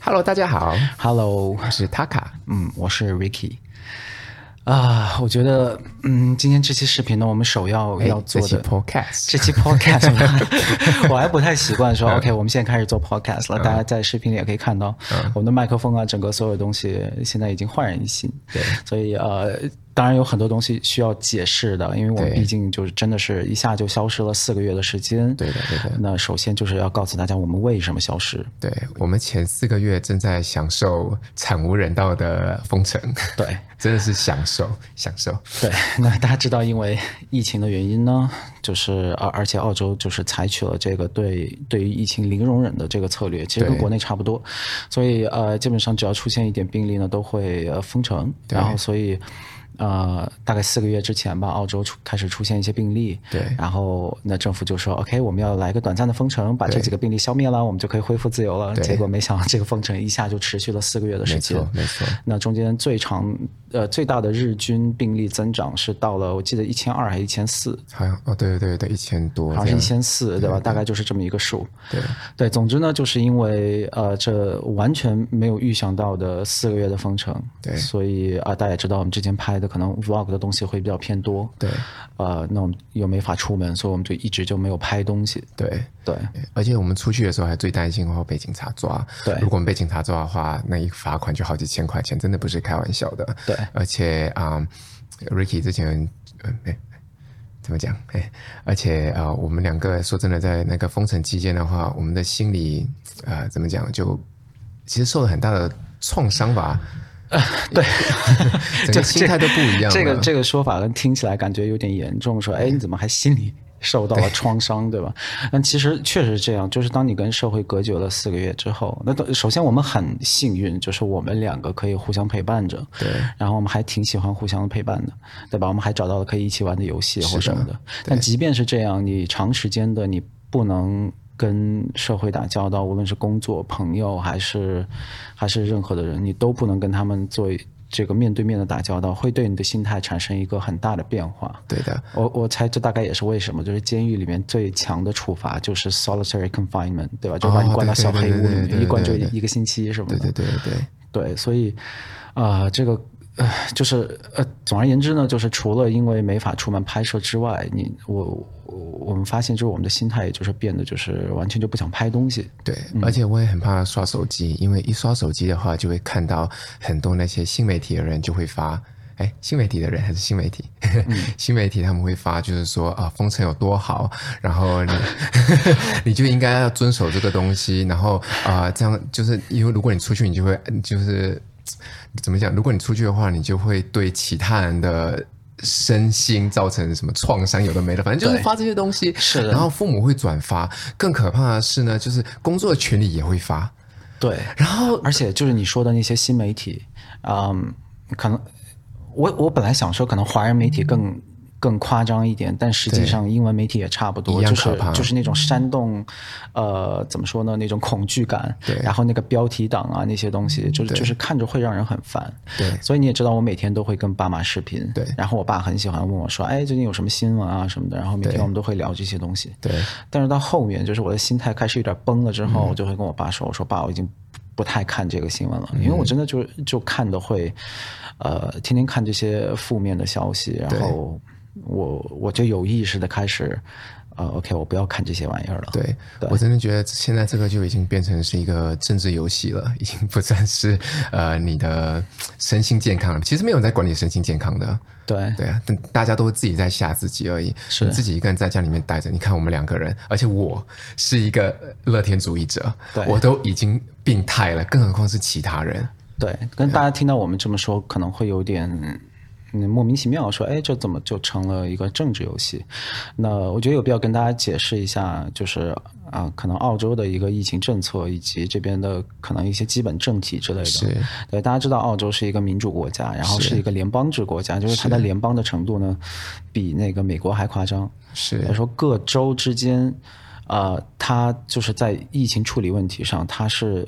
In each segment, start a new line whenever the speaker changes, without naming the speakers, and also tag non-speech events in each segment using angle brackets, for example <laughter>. Hello，大家好，
Hello，
我是 Taka。
嗯，我是 Ricky。啊，我觉得，嗯，今天这期视频呢，我们首要
哎
要做
这
的
期 podcast
这期 podcast，吧
<laughs>
<laughs> 我还不太习惯说，OK，我们
嗯
现在开始做 podcast 了。大家在视频里也可以看到，
嗯
我们的麦克风啊，整个所有东西现在已经焕然一新。
对，
所以呃，当然有很多东西需要解释的，因为我们
对
毕竟就是真的是一下就消失了四个月的时间。
对的对的
那首先就是要告诉大家，我们为什么消失。
对我们前四个月正在享受惨无人道的封
<laughs>
城，
对，
真的是享受享受。
对， <laughs> 那大家知道，因为疫情的原因呢，就是而而且澳洲就是采取了这个对对于疫情零容忍的这个策略，其实跟
对
国内差不多，所以呃，基本上只要出现一点病例呢，都会呃封城，
对
然后所以。呃，大概四个月之前吧，澳洲出开始出现一些病例，
对
然后那政府就说，OK，我们要来个短暂的封城，把这
对
几个病例消灭了，我们就可以恢复自由了。
对
结果没想到这个封城一下就持续了四个月的时
没
间，
错没错，
那中间最长呃最大的日均病例增长是到了我记得一千二还一千四，
好像哦，对对对，一千多这
好
样，
像是一千四对吧？大概就是这么一个数。
对
对，总之呢，就是因为呃这完全没有预想到的四个月的封城，
对
所以啊、大家也知道我们之前拍的可能 vlog 的东西会比较偏多，
对，
呃那我们又没法出门，所以我们就一直就没有拍东西，
对。
对。
而且我们出去的时候还最担心会被警察抓。
对
如果我们被警察抓的话，那一罚款就好几千块钱，真的不是开玩笑的。
对
而且啊、r i c k y 之前，呃哎、怎么讲？哎、而且啊、呃我们两个说真的，在那个封城期间的话，我们的心理呃，怎么讲，就其实受了很大的创伤吧。 <laughs> 对，整个心态都不一样了。
呃这个这个说法听起来感觉有点严重，说哎你怎么还心里受到了创伤，对吧？但其实确实是这样，就是当你跟社会隔绝了四个月之后，那都首先我们很幸运，就是我们两个可以互相陪伴着，
对
然后我们还挺喜欢互相陪伴的，对吧？我们还找到了可以一起玩的游戏或什么的。但即便是这样，你长时间的你不能。跟社会打交道，无论是工作、朋友，还是还是任何的人，你都不能跟他们做这个面对面的打交道，会对你的心态产生一个很大的变化。
对的，
我我猜这大概也是为什么，就是监狱里面最强的处罚就是 solitary confinement，对吧？就把你关到小黑屋里
哦对对对对对
面，
对
一关就
对对
一个星期什么的。
对对对对对。
对，所以啊、呃这个呃，就是呃，总而言之呢，就是除了因为没法出门拍摄之外，你我我我们发现就是我们的心态，也就是变得就是完全就不想拍东西。
对，而且我也很怕刷手机，因为一刷手机的话，就会看到很多那些新媒体的人就会发，哎，新媒体的人还是新媒体， <laughs> 新媒体他们会发，就是说啊，封城有多好，然后你你就应该要遵守这个东西，然后啊、这样就是因为如果你出去，你就会就是怎么讲？如果你出去的话，你就会对其他人的。身心造成什么创伤，有的没的，反正就是
对
发这些东西。
是的
然后父母会转发，更可怕的是呢，就是工作群里也会发。
对，
然后
而且就是你说的那些新媒体，嗯，可能我我本来想说，可能华人媒体
嗯
更更夸张一点，但实际上英文媒体也差不
一
多，
样
就是
可怕嗯
就是那种煽动，呃，怎么说呢？那种恐惧感，
对
然后那个标题党啊，那些东西，就是就是看着会让人很烦。
对
所以你也知道，我每天都会跟爸妈视频，
对
然后我爸很喜欢问我说，哎，最近有什么新闻啊什么的，然后每天
对
我们都会聊这些东西。
对
但是到后面，就是我的心态开始有点崩了之后，我就会跟我爸说：“我说爸，我已经不太看这个新闻了，因为我真的就就看的会，呃，天天看这些负面的消息，然后我我就有意识的开始，呃，OK，我不要看这些玩意儿了。
对
对
我真的觉得现在这个就已经变成是一个政治游戏了，已 <laughs> 经不再是呃你的身心健康了。其实没有人在管理身心健康的，
对
对啊，但大家都自己在吓自己而已。
是
你自己一个人在家里面待着，你看我们两个人，而且我是一个乐天主义者，
对
我都已经病态了，更何况是其他人。
对，跟大家听到我们这么说，可能会有点嗯莫名其妙，说哎，这怎么就成了一个政治游戏？那我觉得有必要跟大家解释一下，就是啊、可能澳洲的一个疫情政策，以及这边的可能一些基本政体之类的。
是，
对，大家知道澳洲是一个民主国家，然后是一个联邦制国家，就是它的联邦的程度呢，比那个美国还夸张。
是
来说各州之间，呃，它就是在疫情处理问题上，它是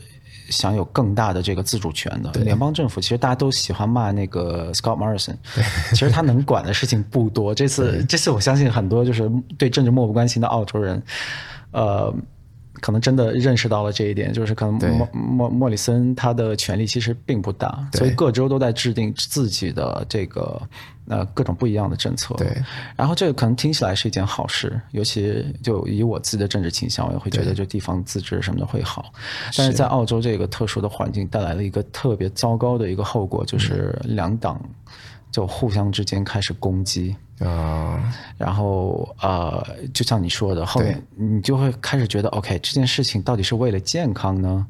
享有更大的这个自主权的。联邦政府其实大家都喜欢骂那个 Scott Morrison，其实他能管的事情不多。这次这次我相信很多就是对政治漠不关心的澳洲人，呃。可能真的认识到了这一点，就是可能
对
莫莫莫里森他的权力其实并不大，
对
所以各州都在制定自己的这个呃各种不一样的政策。
对，
然后这个可能听起来是一件好事，尤其就以我自己的政治倾向，我也会觉得就地方自治什么的会好。但是在澳洲这个特殊的环境带来了一个特别糟糕的一个后果，就是两党就互相之间开始攻击。哦
啊，
然后呃，就像你说的，后面你就会开始觉得，OK，这件事情到底是为了健康呢，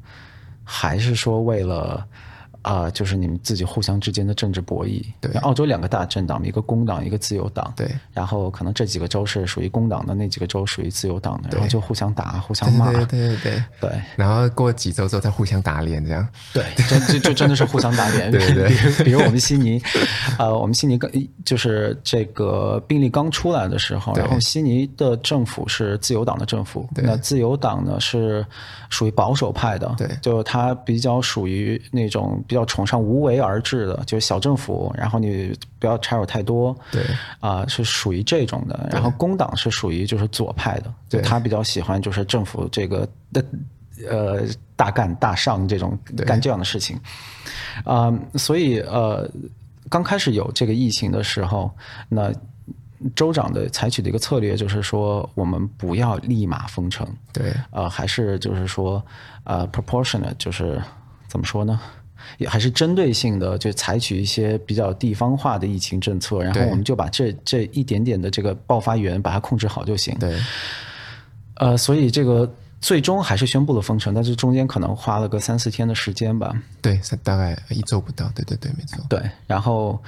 还是说为了啊、呃就是你们自己互相之间的政治博弈？
对
那澳洲两个大政党，一个工党，一个自由党。
对。
然后可能这几个州是属于工党的，那几个州属于自由党的，然后就互相打、互相骂。
对对对对。
对
然后过几周之后再互相打脸，这样
对，真就就真的是互相打
<laughs>
脸。
对对
比如比如我们悉尼，呃，我们悉尼刚就是这个病例刚出来的时候，
对
然后悉尼的政府是自由党的政府，
对
那自由党呢是属于保守派的，
对
就它比较属于那种比较崇尚无为而治的，就是小政府，然后你不要插手太多，
对
啊、是属于这种的。然后工党是属于就是左派的，
对
就他比较喜欢就是政府这个的呃大干大上这种
对
干这样的事情，啊、所以呃刚开始有这个疫情的时候，那。州长的采取的一个策略就是说，我们不要立马封城，
对
呃，还是就是说，呃，proportionate，就是怎么说呢？也还是针对性的，就采取一些比较地方化的疫情政策，然后
对
我们就把这这一点点的这个爆发源把它控制好就行。
对
呃，所以这个最终还是宣布了封城，但是中间可能花了个三四天的时间吧。
对，是大概一周不到，对对对，没错，
对，然后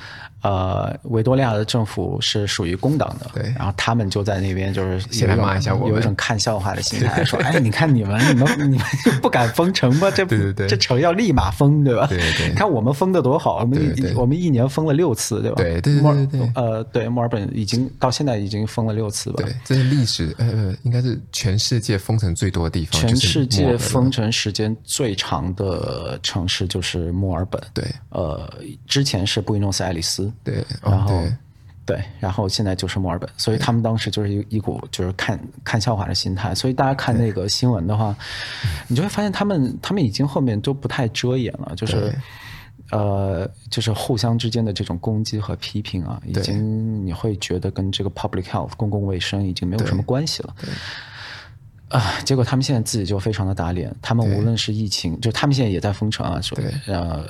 呃，维多利亚的政府是属于工党的，
对
然后他们就在那边就是
先来
有种
骂一下我们
有一种看笑话的心态，说：“哎，你看你们，你们你们就不敢封城吗？这
对对对
这城要立马封，对吧？
对对对
你看我们封的多好，我们一
对对对
我们一年封了六次，对吧？
对对对
墨尔
对对对
呃，对，墨尔本已经到现在已经封了六次吧。
对，这是历史呃，不应该是全世界封城最多的地方，
全
就是
世
墨尔
界
本
封城时间最长的城市就是墨尔本，
对
呃，之前是布宜诺斯艾利斯，
对
然
哦
后
对哎
对，然后现在就是墨尔本，所以他们当时就是一一股就是看看笑话的心态，所以大家看那个新闻的话，你就会发现他们他们已经后面都不太遮掩了，就是
对
呃，就是互相之间的这种攻击和批评啊，已
对
经你会觉得跟这个 public health 公共卫生已经没有什么关系了。啊，结果他们现在自己就非常的打脸，他们
对
无论是疫情，就他们现在也在封城啊，说
对
呃，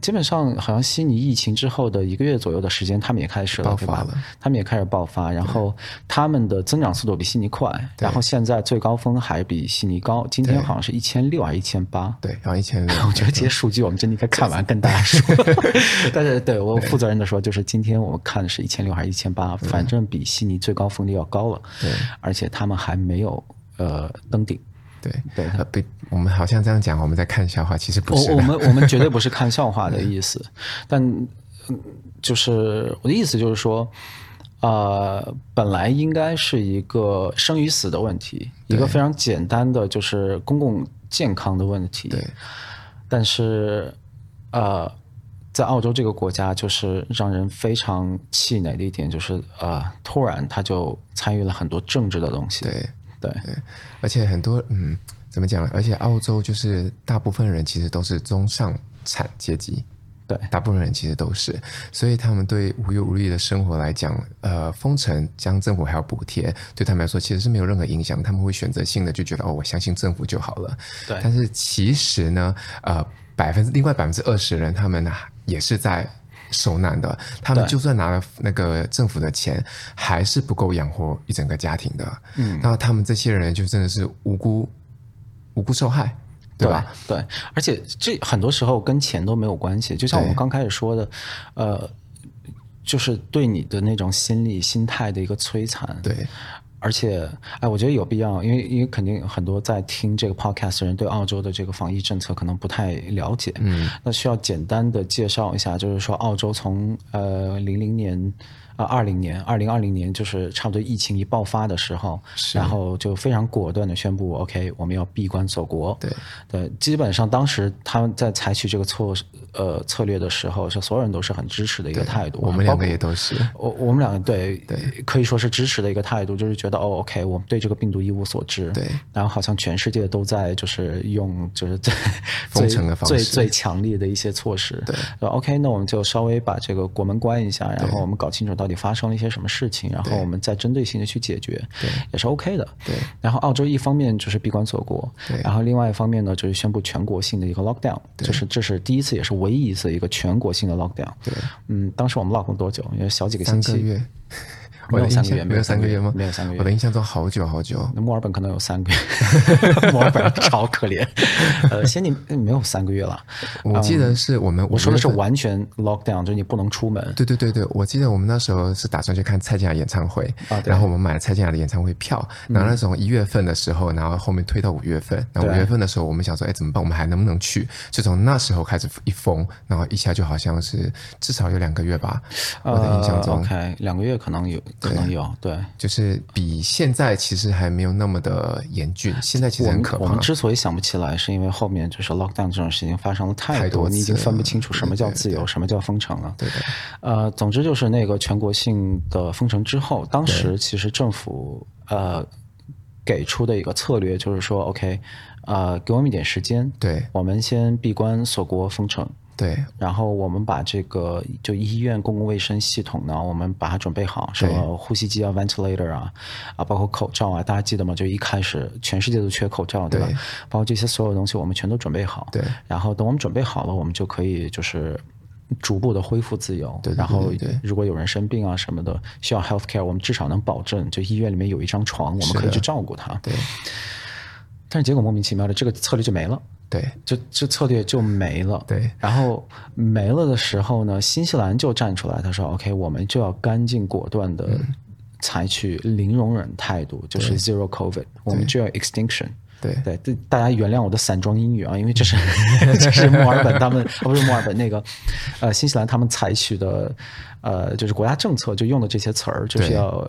基本上好像悉尼疫情之后的一个月左右的时间，他们也开始了
爆
对吧
发了
他们也开始爆发，然后他们的增长速度比悉尼快，
对
然后现在最高峰还比悉尼高，今天好像是一千六还是一千
<laughs>
八。
对，然后一千
我
六，
觉得这些数据我们真的应该看完跟大家说， <laughs>
<laughs>
但是对我负责任的说，就是今天我们看是一千六还是一千八，反正比悉尼最高峰的要高了，
对
而且他们还没有呃登顶。
对
对哦
呃，比我们好像这样讲，我们在看笑话，其实不是
我我
的，
们我们绝对不是看笑话的意思，但嗯就是我的意思就是说，呃，本来应该是一个生与死的问题，一个非常简单的就是公共健康的问题。
对
但是呃，在澳洲这个国家，就是让人非常气馁的一点就是，呃，突然他就参与了很多政治的东西。
对
对
对，而且很多嗯，怎么讲呢？而且澳洲就是大部分人其实都是中上产阶级，
对
大部分人其实都是，所以他们对无忧无虑的生活来讲，呃，封城将政府还要补贴，对他们来说其实是没有任何影响，他们会选择性的就觉得哦，我相信政府就好了。
对
但是其实呢，呃，百分之另外百分之二十人他们呢也是在。受难的，他们
对
就算拿了那个政府的钱，还是不够养活一整个家庭的。嗯，那他们这些人就真的是无辜无辜受害，对吧？？
对，而且这很多时候跟钱都没有关系，就像我们
对
刚开始说的，呃，就是对你的那种心理、心态的一个摧残。
对
而且，哎，我觉得有必要，因为因为肯定很多在听这个 podcast 的人对澳洲的这个防疫政策可能不太了解，嗯，那需要简单的介绍一下，就是说澳洲从呃零零年呃二零年，二零二零年就是差不多疫情一爆发的时候，
是
然后就非常果断的宣布，OK，我们要闭关锁国。
对
对，基本上当时他们在采取这个措施呃策略的时候，是所有人都是很支持的一个态度。啊
我们
包
两
括
个也都是，
我我们两个对可以说是支持的一个态度，就是觉得哦，OK，我们对这个病毒一无所知，
对，
然后好像全世界都在就是用就是最
封城的方式
最最最强力的一些措施，
对
然后 OK，那我们就稍微把这个国门关一下，然后我们搞清楚到底发生了一些什么事情，然后我们再针对性的去解决，对，也是 OK 的，
对。
然后澳洲一方面就是闭关锁国，
对
然后另外一方面呢就是宣布全国性的一个 lockdown，就是这是第一次也是唯一一次一个全国性的 lockdown，对，嗯，当时我们 lock 了多久？也小几个星
三个
期。
月，我
没有
的印
三个
象
月
没有三个月吗？
没有三个月
我的印象中好久好久。
那墨尔本可能有三个月， <laughs> 墨尔本超可怜，呃，悉尼没有三个月了。
我记得是我们，
嗯我说的是
我们
完全 lockdown，就是你不能出门。
对对对对，我记得我们那时候是打算去看蔡健雅演唱会，
啊
然后我们买了蔡健雅的演唱会票，然后那从一月份的时候，然后后面推到五月份，然后五
嗯对
月份的时候，我们想说，哎，怎么办？我们还能不能去？就从那时候开始一封，然后一下就好像是至少有两个月吧，我的印象
呃、
中。
，OK，两个月可能有，可能有，对。
就是比现在其实还没有那么的严峻，现在其实
我
很
们
可
我
怕
们。之所以想不起来，是因为后面就是 lockdown 这种事情发生了太
太多
多，你已经
次
分不
了
清楚什么叫自由，什么叫封城了。
对的，
呃，总之就是那个全国性的封城之后，当时其实政府呃给出的一个策略就是说，OK，呃，给我们一点时间，
对
我们先闭关锁国封城，
对
然后我们把这个就医院公共卫生系统呢，我们把它准备好，什么呼吸机啊、ventilator 啊，啊，包括口罩啊，大家记得吗？就一开始全世界都缺口罩，对吧？
对
包括这些所有东西，我们全都准备好。
对
然后等我们准备好了，我们就可以就是。逐步的恢复自由，
对对
然后
对对
如果有人生病啊什么的，需要 health care，我们至少能保证，就医院里面有一张床，我们可以去照顾他。
对
但是结果莫名其妙的，这个策略就没了。
对
就这策略就没了。
对
然后没了的时候呢，新西兰就站出来，他说：“OK，我们就要干净果断的采取零容忍态度，就是 zero COVID，我们就要 extinction。”
对
对，这大家原谅我的散装英语啊，因为这是这是墨尔本他们，哦不是墨尔本那个，呃，新西兰他们采取的，呃，就是国家政策就用的这些词儿，就是
对
要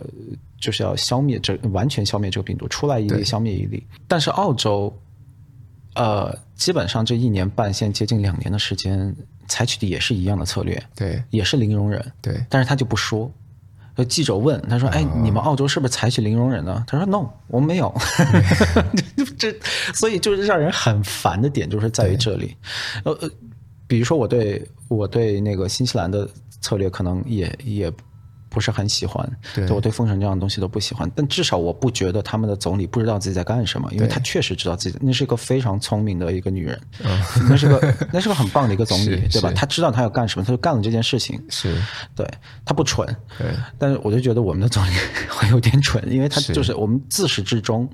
就是要消灭这完全消灭这个病毒，出来一例消灭一例。但是澳洲呃，基本上这一年半，现在接近两年的时间，采取的也是一样的策略，
对
也是零容忍，
对啊
但是他就不说。呃，记者问他说：“哎，你们澳洲是不是采取零容忍呢？”他说：“No，我们没有。 <laughs> 这”这，所以就是让人很烦的点就是在于这里。呃，呃比如说我对我对那个新西兰的策略可能也也不是很喜欢，
对
就我对封城这样的东西都不喜欢。但至少我不觉得他们的总理不知道自己在干什么，因为她确实知道自己那是一个非常聪明的一个女人，那是个那是个很棒的一个总理，
嗯 <laughs> 是
对吧？
是
她知道她要干什么，她就干了这件事情。
是，
对她不蠢，
对
但是我就觉得我们的总理 <laughs> 会有点蠢，因为他
是
就是我们自始至终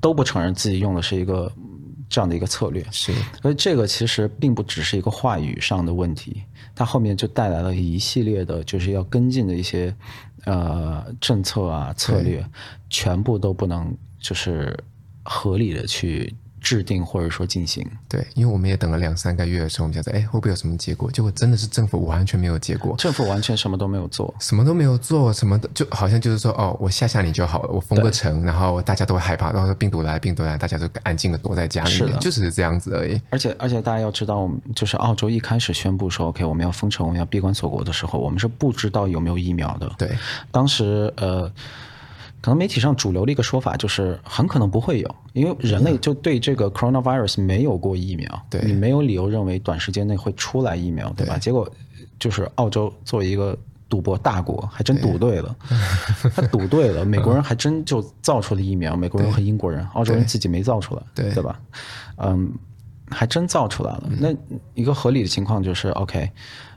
都不承认自己用的是一个这样的一个策略，
是
所以这个其实并不只是一个话语上的问题，它后面就带来了一系列的就是要跟进的一些呃政策啊策略，全部都不能就是合理的去制定或者说进行。
对，因为我们也等了两三个月的时候，我们想说，哎，会不会有什么结果？结果真的是政府完全没有结果，
政府完全什么都没有做，
什么都没有做，什么的，就好像就是说，哦，我吓吓你就好了，我封个城，然后大家都会害怕，然后说病毒来，病毒来，大家都安静的躲在家里
是
面
的，
就只是这样子而已。
而且而且大家要知道，我们就是澳洲一开始宣布说 OK 我们要封城，我们要闭关锁国的时候，我们是不知道有没有疫苗的。
对，
当时呃，可能媒体上主流的一个说法就是很可能不会有，因为人类就对这个 coronavirus 没有过疫苗，
对
你没有理由认为短时间内会出来疫苗，对吧？结果就是澳洲作为一个。赌博大国还真赌对 <laughs> 了，他赌对了。美国人还真就造出了疫苗，美国人和英国人，澳洲人自己没造出来，
对
对吧？嗯，还真造出来了。那一个合理的情况就是，OK，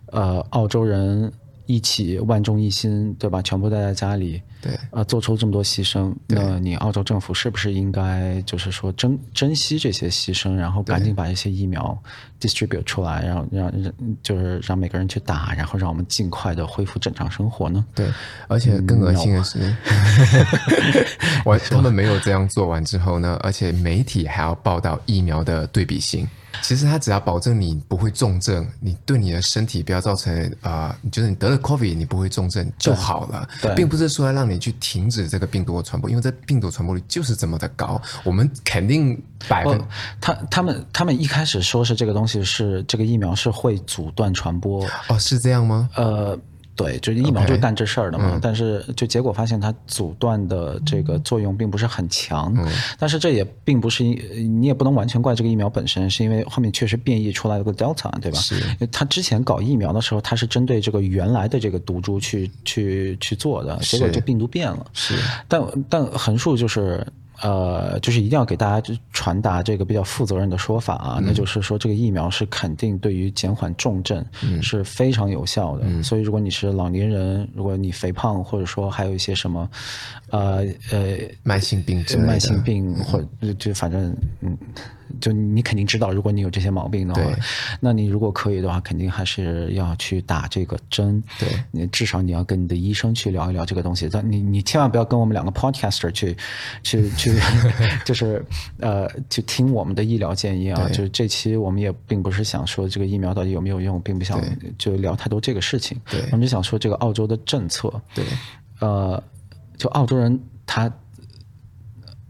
呃，澳洲人一起万众一心，对吧？全部待在家里，
对，
呃，做出这么多牺牲，那你澳洲政府是不是应该就是说珍珍惜这些牺牲，然后赶紧把一些疫苗 distribute 出来，然后让让就是让每个人去打，然后让我们尽快的恢复正常生活呢？
对，而且更恶心的 <laughs>
嗯
是，我他们没有这样做完之后呢，而且媒体还要报道疫苗的对比性。其实它只要保证你不会重症，你对你的身体不要造成啊、呃，就是你得了 COVID 你不会重症就好了，
对
并不是说要让你去停止这个病毒的传播，因为这病毒传播率就是这么的高，我们肯定百分
哦，他他们他们一开始说是这个东西是这个疫苗是会阻断传播，
哦是这样吗？
呃，对，就是疫苗
OK 嗯
就干这事儿的嘛。但是就结果发现它阻断的这个作用并不是很强，
嗯
但是这也并不是因你也不能完全怪这个疫苗本身，是因为后面确实变异出来了个 Delta，对吧？
是
因为它之前搞疫苗的时候，它是针对这个原来的这个毒株去去去做的，结果
是
这病毒变了。是，但但横竖就是。呃，就是一定要给大家就传达这个比较负责任的说法啊，那就是说这个疫苗是肯定对于减缓重症是非常有效的。所以如果你是老年人，如果你肥胖，或者说还有一些什么，呃呃。
慢性病之类的嗯
慢性病或者就反正嗯，就你肯定知道，如果你有这些毛病的话
对，
那你如果可以的话，肯定还是要去打这个针。
对
你至少你要跟你的医生去聊一聊这个东西。但你你千万不要跟我们两个 podcaster 去去
<laughs>
去，就是呃，去听我们的医疗建议啊。
对
就是这期我们也并不是想说这个疫苗到底有没有用，并不想
对
就聊太多这个事情。
对
我们就想说这个澳洲的政策。
对
呃，就澳洲人他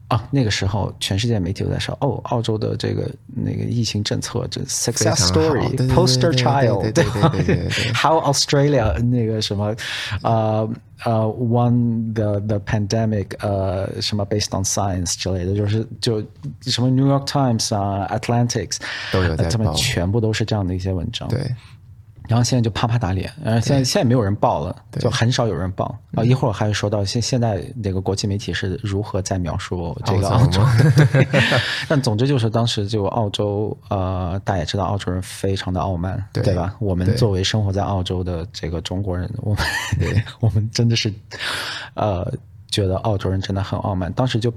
啊，那个时候全世界媒体都在说，哦，澳洲的这个那个疫情政策，这 success
好对对
story
对
poster
对对
child，
对对
吧
对对对对
？How Australia 那个什么，呃呃，won the the pandemic，呃，什么 based on science 之类的，就是就什么 New York Times 啊，Atlantics
都有在
呃他们
报
全部都是这样的一些文章。
对
然后现在就啪啪打脸，然后现在现在没有人报了，就很少有人报
嗯
啊。一会儿还会说到现现在那个国际媒体是如何在描述这个
澳
澳
洲
洲
吗， <laughs>
对但总之就是当时就澳洲呃，大家也知道澳洲人非常的傲慢，
对
对吧？我们
对
作为生活在澳洲的这个中国人，我们 <laughs> 我们真的是呃，觉得澳洲人真的很傲慢，当时就。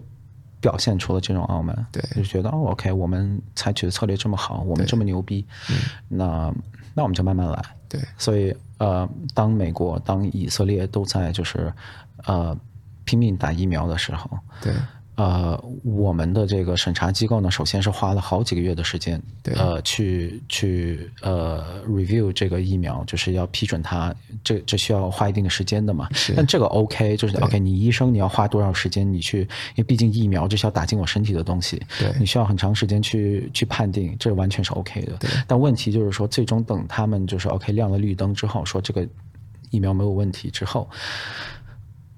表现出了这种傲慢，
对
就觉得哦，OK，我们采取的策略这么好，我们这么牛逼，
嗯
那那我们就慢慢来。
对
所以呃，当美国、当以色列都在就是呃拼命打疫苗的时候，
对
呃，我们的这个审查机构呢，首先是花了好几个月的时间，
对
呃，去去呃 review 这个疫苗，就是要批准它，这这需要花一定的时间的嘛。但这个 OK，就是 OK，你医生你要花多少时间你去，因为毕竟疫苗这是要打进我身体的东西，
对
你需要很长时间去去判定，这完全是 OK 的。但问题就是说，最终等他们就是 OK 亮了绿灯之后，说这个疫苗没有问题之后，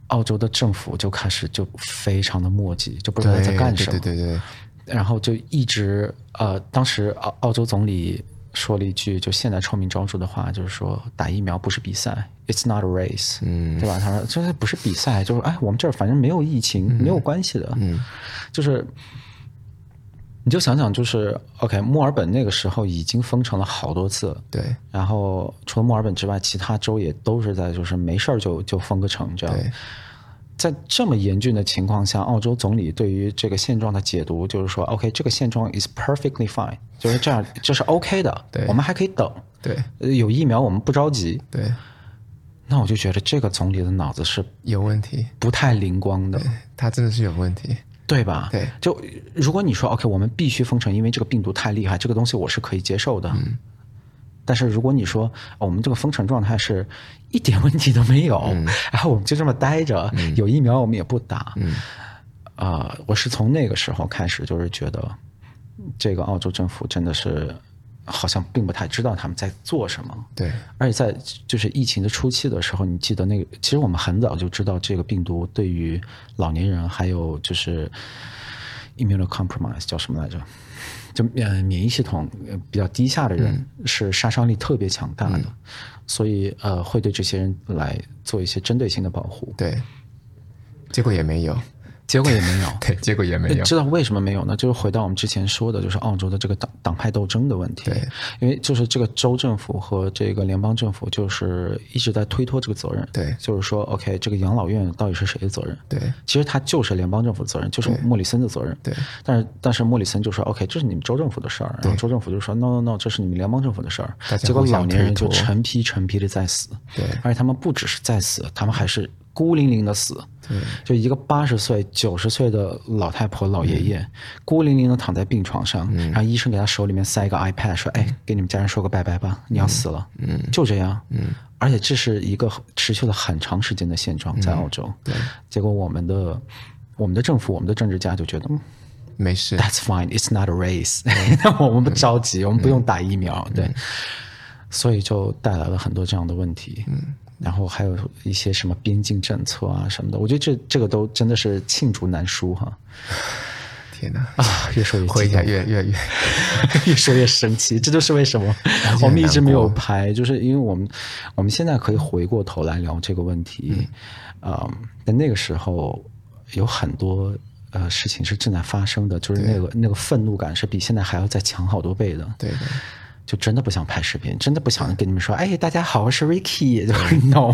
澳洲的政府就开始就非常的墨迹，就不知道
对
在干什么，
对对对
然后就一直呃，当时澳澳洲总理说了一句就现在臭名昭著的话，就是说打疫苗不是比赛，It's not a race，嗯，对吧？他说这不是比赛，就是哎，我们这儿反正没有疫情，没有关系的，嗯，就是。你就想想，就是 OK，墨尔本那个时候已经封城了好多次，
对
然后除了墨尔本之外，其他州也都是在就是没事儿就就封个城这样
对。
在这么严峻的情况下，澳洲总理对于这个现状的解读就是说，OK，这个现状 is perfectly fine，就是这样， <laughs> 这是 OK 的，
对
我们还可以等，
对
呃有疫苗我们不着急。
对，
那我就觉得这个总理的脑子是
有问题， <laughs>
不太灵光的，
它真的是有问题，
对吧？
对，
就如果你说 OK，我们必须封城，因为这个病毒太厉害，这个东西我是可以接受的。但是如果你说、哦我们这个封城状态是一点问题都没有， <laughs> 然后我们就这么待着，有疫苗我们也不打，啊、我是从那个时候开始就是觉得这个澳洲政府真的是好像并不太知道他们在做什么。
对
而且在就是疫情的初期的时候，你记得那个，其实我们很早就知道这个病毒对于老年人还有就是 immunocompromise 叫什么来着？就呃免疫系统呃比较低下的人是杀伤力特别强大的，所以呃会对这些人来做一些针对性的保护。
对，结果也没 <laughs> 有，
结果也没有，
对，结果也没有，
哎知道为什么没有呢？就是回到我们之前说的，就是澳洲的这个党党派斗争的问题。
对，
因为就是这个州政府和这个联邦政府就是一直在推脱这个责任。
对
就是说，OK，这个养老院到底是谁的责任？
对
其实它就是联邦政府的责任，就是莫里森的责任。
对
但是但是莫里森就说，OK，这是你们州政府的事儿，然后州政府就说，No No No，这是你们联邦政府的事儿
大。家
结果
互相
老年人
推
就
脱
成批成批的在死。
对
而且他们不只是在死，他们还是孤零零的死，
对，
就一个八十岁、九十岁的老太婆、老爷爷，
嗯
孤零零的躺在病床上，然后医生给他手里面塞一个 iPad，说：“哎，给你们家人说个拜拜吧，你要死了。”嗯，就这样。嗯，而且这是一个持续了很长时间的现状，
嗯
在澳洲。对，结果我们的我们的政府、我们的政治家就觉得。嗯
没 <laughs> 事，
That's fine. It's not a race. <laughs> 我们不着急，我们不用打疫苗，对，所以就带来了很多这样的问题。嗯，然后还有一些什么边境政策啊什么的，我觉得这这个都真的是罄竹难书哈。
天哪！
啊，越说越
回
激
想
动，
越越越，
<laughs> 越说越生气，这就是为什么
而且
我
很
们一直没有
难过
拍，就是因为我们我们现在可以回过头来聊这个问题。嗯，但那个时候有很多呃事情是正在发生的，就是那个那个愤怒感是比现在还要再强好多倍的。
对的，
就真的不想拍视频，真的不想跟你们说，哎，大家好，我是 Ricky，就是 <laughs> no，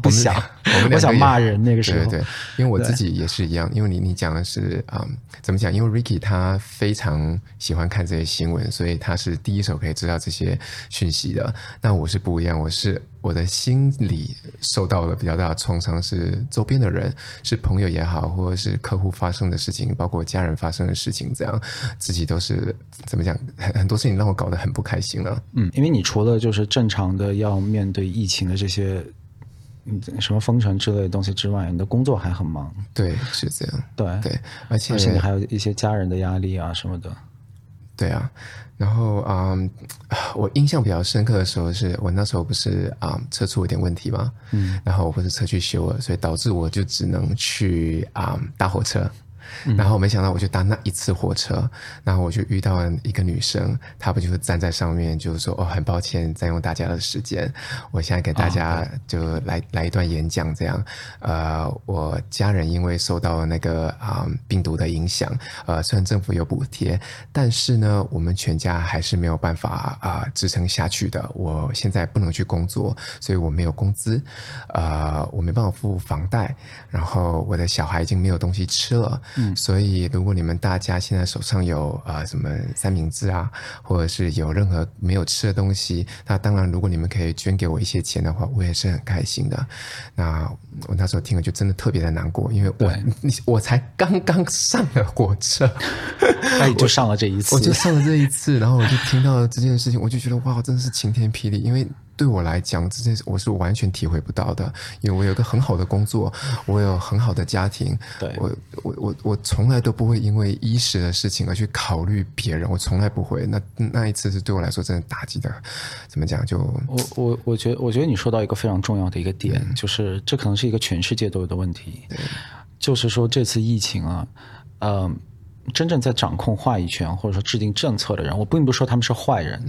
不想，
我们两个
我想
也
骂人那个时候，
对对对，因为我自己也是一样，因为你你讲的是啊、嗯怎么讲？因为 Ricky 他非常喜欢看这些新闻，所以他是第一手可以知道这些讯息的。那我是不一样，我是我的心里受到了比较大的创伤，是周边的人，是朋友也好，或者是客户发生的事情，包括家人发生的事情，这样自己都是怎么讲？很很多事情让我搞得很不开心了。
嗯，因为你除了就是正常的要面对疫情的这些，嗯，什么封城之类的东西之外，你的工作还很忙，
对，是这样。
对，
对，而且
而且你还有一些家人的压力啊什么的，
对啊，然后嗯，我印象比较深刻的时候是我那时候不是啊、嗯车出了点问题嘛，嗯，然后我不是车去修了，所以导致我就只能去啊、嗯搭火车。然后没想到，我就搭那一次火车，然后我就遇到了一个女生，她不就是站在上面，就是说哦，很抱歉占用大家的时间，我现在给大家就来、来一段演讲，这样，呃，我家人因为受到那个啊、病毒的影响，呃，虽然政府有补贴，但是呢，我们全家还是没有办法啊、支撑下去的。我现在不能去工作，所以我没有工资，呃，我没办法付房贷，然后我的小孩已经没有东西吃了。嗯，所以如果你们大家现在手上有呃什么三明治啊，或者是有任何没有吃的东西，那当然如果你们可以捐给我一些钱的话，我也是很开心的。那我那时候听了就真的特别的难过，因为我
对
你 <laughs> 我才刚刚上了火车。
那哎你就上了这一次，
哎我
<laughs>
就上了这一次，然后我就听到了这件事情，我就觉得哇，真的是晴天霹雳。因为对我来讲，这件事我是完全体会不到的，因为我有一个很好的工作，我有很好的家庭，
对
我我我我从来都不会因为衣食的事情而去考虑别人，我从来不会。那那一次是对我来说真的打击的，怎么讲就
我我我觉得，我觉得你说到一个非常重要的一个点，就是这可能是一个全世界都有的问题，就是说这次疫情啊，嗯、真正在掌控话语权或者说制定政策的人，我并不是说他们是坏人，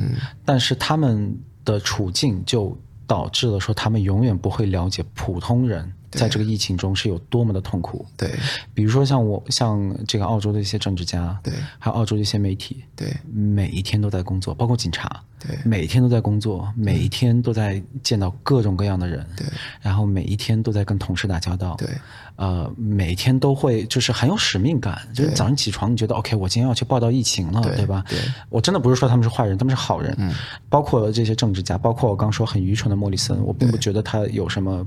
但是他们的处境就导致了说他们永远不会了解普通人在这个疫情中是有多么的痛苦。
对
比如说像我，像这个澳洲的一些政治家，
对
还有澳洲的一些媒体，
对
每一天都在工作，包括警察，
对
每一天都在工作，每一天都在见到各种各样的人，
对，
然后每一天都在跟同事打交道，
对，
呃，每一天都会就是很有使命感，就是早上起床你觉得 OK，我今天要去报道疫情了，
对
对吧？
对
我真的不是说他们是坏人，他们是好人，
嗯
包括这些政治家，包括我刚说很愚蠢的莫里森，我并不觉得他有什么。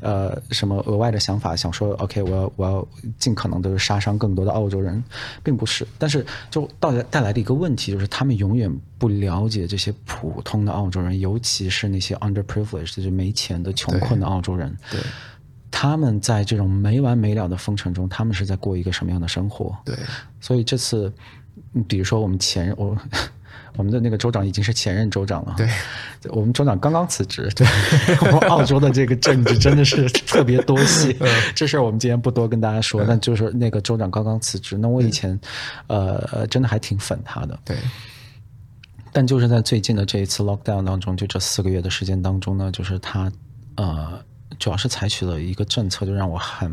呃，什么额外的想法，想说，OK，我要我要尽可能的杀伤更多的澳洲人，并不是，但是就到带来的一个问题就是，他们永远不了解这些普通的澳洲人，尤其是那些 underprivileged，就是没钱的穷困的澳洲人，
对
他们在这种没完没了的封城中，他们是在过一个什么样的生活？
对
所以这次，嗯比如说我们前任，我我们的那个州长已经是前任州长了，对，我们州长刚刚辞职，对， <laughs> 我们澳洲的这个政治真的是特别多戏，这事儿我们今天不多跟大家说，但就是那个州长刚刚辞职，那我以前，呃，真的还挺粉他的，
对
但就是在最近的这一次 lockdown 当中，就这四个月的时间当中呢，就是他呃，主要是采取了一个政策，就让我很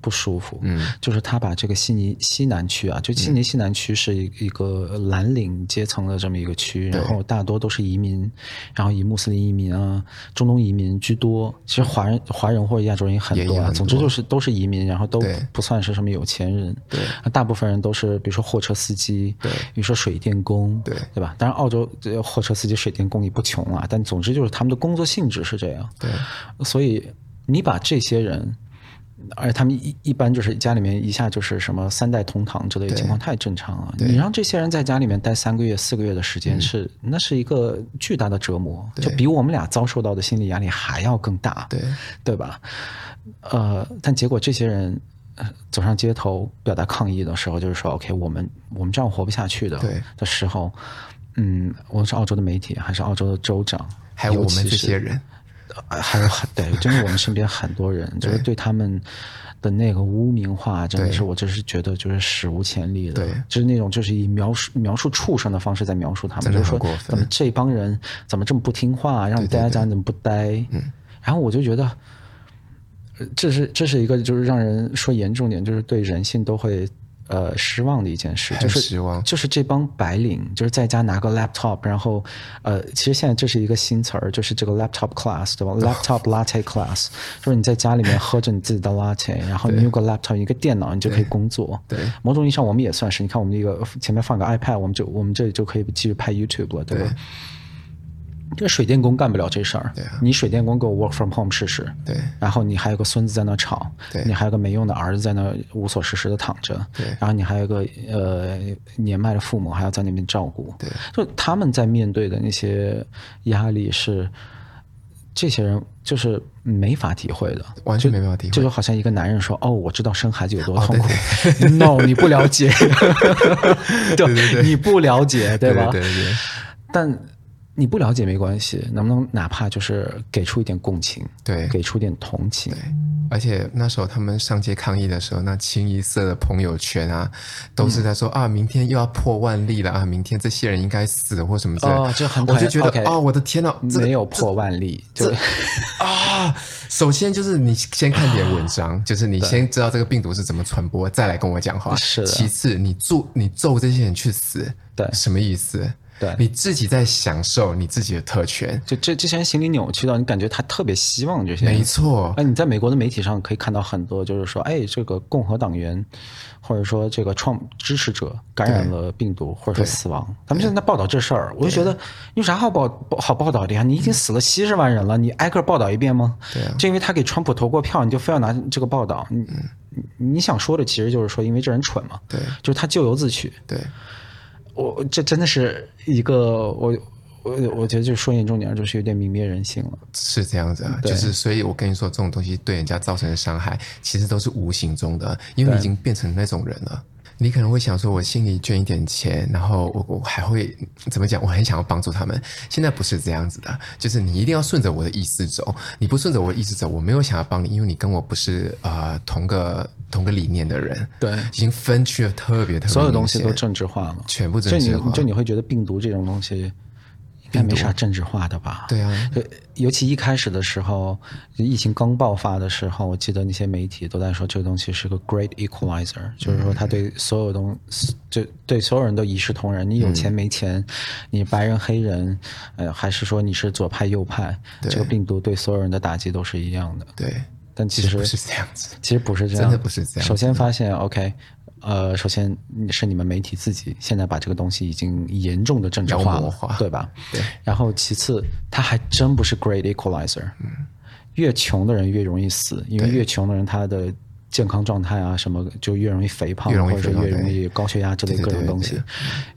不舒服。嗯，就是他把这个悉尼西南区啊，就悉
嗯
尼西南区是一一个蓝领阶层的这么一个区，然后大多都是移民，然后以穆斯林移民啊、中东移民居多。其实华人、华人或者亚洲人也很
也
多
也
啊，
很
总之
多
就是都是移民，然后都
对
不算是什么有钱人。
对，
大部分人都是比如说货车司机，
对
比如说水电工，
对
对吧？当然，澳洲这货车司机、水电工也不穷啊，但总之就是他们的工作性质是这样。
对，
所以你把这些人而他们一一般就是家里面一下就是什么三代同堂之类的情况太正常了。
对嗯
你让这些人在家里面待三个月、四个月的时间是，那是一个巨大的折磨，
对
就比我们俩遭受到的心理压力还要更大，
对
对吧？呃，但结果这些人呃走上街头表达抗议的时候，就是说，OK，我们我们这样活不下去的
对
的时候，嗯，无论是澳洲的媒体还是澳洲的州长，
还有我们
尤
这
其是
些人，
呃还有很对，真的我们身边很多人，就是对他们的那个污名化，真的是
对
我真是觉得就是史无前例的，
对
就是那种就是以描述描述畜生的方式在描述他们，
真
就
的
是
很
说
过分
怎么这帮人怎么这么不听话，让你待在家里怎么不待？嗯，然后我就觉得。呃这是这是一个就是让人说严重点，就是对人性都会呃失望的一件事，
很
就是
失望
就是这帮白领，就是在家拿个 laptop，然后呃，其实现在这是一个新词儿，就是这个 laptop class，对吧？laptop
哦
latte class，就是你在家里面喝着你自己的 latte，然后你有个 laptop 一个电脑，你就可以工作。
对
某种意义上我们也算是，你看我们这个前面放个 iPad，我们就我们这里就可以继续拍 YouTube 了，对吧？
对
这个水电工干不了这事儿，
对啊
你水电工给我 work from home 试试，
对
然后你还有个孙子在那吵，
对
你还有个没用的儿子在那无所事事的躺着，
对
然后你还有个呃年迈的父母还要在那边照顾，
对，
就他们在面对的那些压力是这些人就是没法体会的，
完全没办法体
这
会。哦
就好像一个男人说：“哦，我知道生孩子有多痛苦。n o 你不了解，对
<laughs> 对对
<laughs> 你不了解，
对
吧？
对对对
但你不了解没关系，能不能哪怕就是给出一点共情，
对
给出点同情，
而且那时候他们上街抗议的时候，那清一色的朋友圈啊，都是在说、啊，明天又要破万例了啊，明天这些人应该死或什么之类的。
哦这很讨
我
厌
就觉得
OK
哦，我的天呐，这个
没有破万例，就
啊，首先就是你先看点文章，就是你先知道这个病毒是怎么传播，再来跟我讲话。
是的
其次，你咒你咒这些人去死，
对
什么意思？
对
你自己在享受你自己的特权，
就这这些人心理扭曲到你感觉他特别希望这些人
没错
哎，，你在美国的媒体上可以看到很多，就是说，哎，这个共和党员或者说这个创支持者感染了病毒，或者说死亡。咱们现在在报道这事儿，我就觉得有啥好报报好报道的呀？你已经死了七十万人了，你挨个报道一遍吗？
嗯对啊嗯
就因为他给川普投过票，你就非要拿这个报道？你你你想说的其实就是说，因为这人蠢嘛，
对
就是他咎由自取。
对
我这真的是一个我。我我觉得就说严重点儿，就是有点泯灭人性了。
是这样子啊，
嗯对
就是所以，我跟你说，这种东西对人家造成的伤害，其实都是无形中的，因为你已经变成那种人了。你可能会想说，我心里捐一点钱，然后我我还会怎么讲？我很想要帮助他们。现在不是这样子的，就是你一定要顺着我的意思走，你不顺着我的意思走，我没有想要帮你，因为你跟我不是呃同个同个理念的人，
对
已经分区的特别特别明显，
所有东西都政治化了，
嗯全部政治
就
化
你就你会觉得病毒这种东西应该没啥政治化的吧？
对啊，
对，尤其一开始的时候，疫情刚爆发的时候，我记得那些媒体都在说这个东西是个 great equalizer，、就是说它
嗯
对所有东，就对所有人都一视同仁。你有
嗯
钱没钱，你白人黑人，呃，还是说你是左派右派，
对
这个病毒对所有人的打击都是一样的。
对，
但
其
其
实
实
不是这样子，
其实不是这样，
真的不是这样
首先发现，OK，呃，首先是你们媒体自己现在把这个东西已经严重的政治化
妖
了，
魔化
对吧？
对。
然后其次，它还真不是 great equalizer，越
嗯
穷的人越容易死，因为越穷的人他的。健康状态啊，什么就越容易肥胖，
越容易
或者
肥
说
胖
越容
对
易高血压之类
对
各
对
种
对
东
对
西，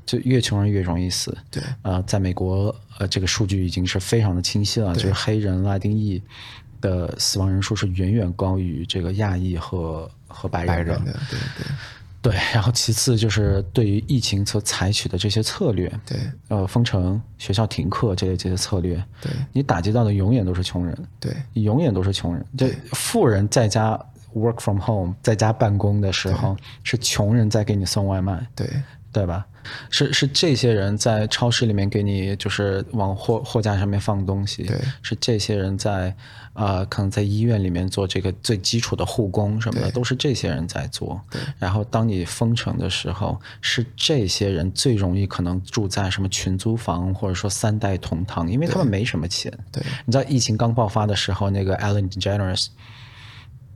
就越穷人越容易死。
对
呃，在美国，呃，这个数据已经是非常的清晰了，就是黑人、拉丁裔的死亡人数是远远高于这个亚裔和和白人
白
的。
人的，对对
对，然后其次就是对于疫情所采取的这些策略，
对
呃，封城、学校停课这类这些策略，
对
你打击到的永远都是穷人，
对
永远都是穷人。就富人在家 work from home，在家办公的时候，是穷人在给你送外卖。
对
对吧？是是这些人在超市里面给你就是往货货架上面放东西，
对
是这些人在呃可能在医院里面做这个最基础的护工什么的，
对
都是这些人在做。然后当你封城的时候，是这些人最容易可能住在什么群租房或者说三代同堂，因为他们没什么钱。
对
你知道疫情刚爆发的时候，那个 Ellen DeGeneres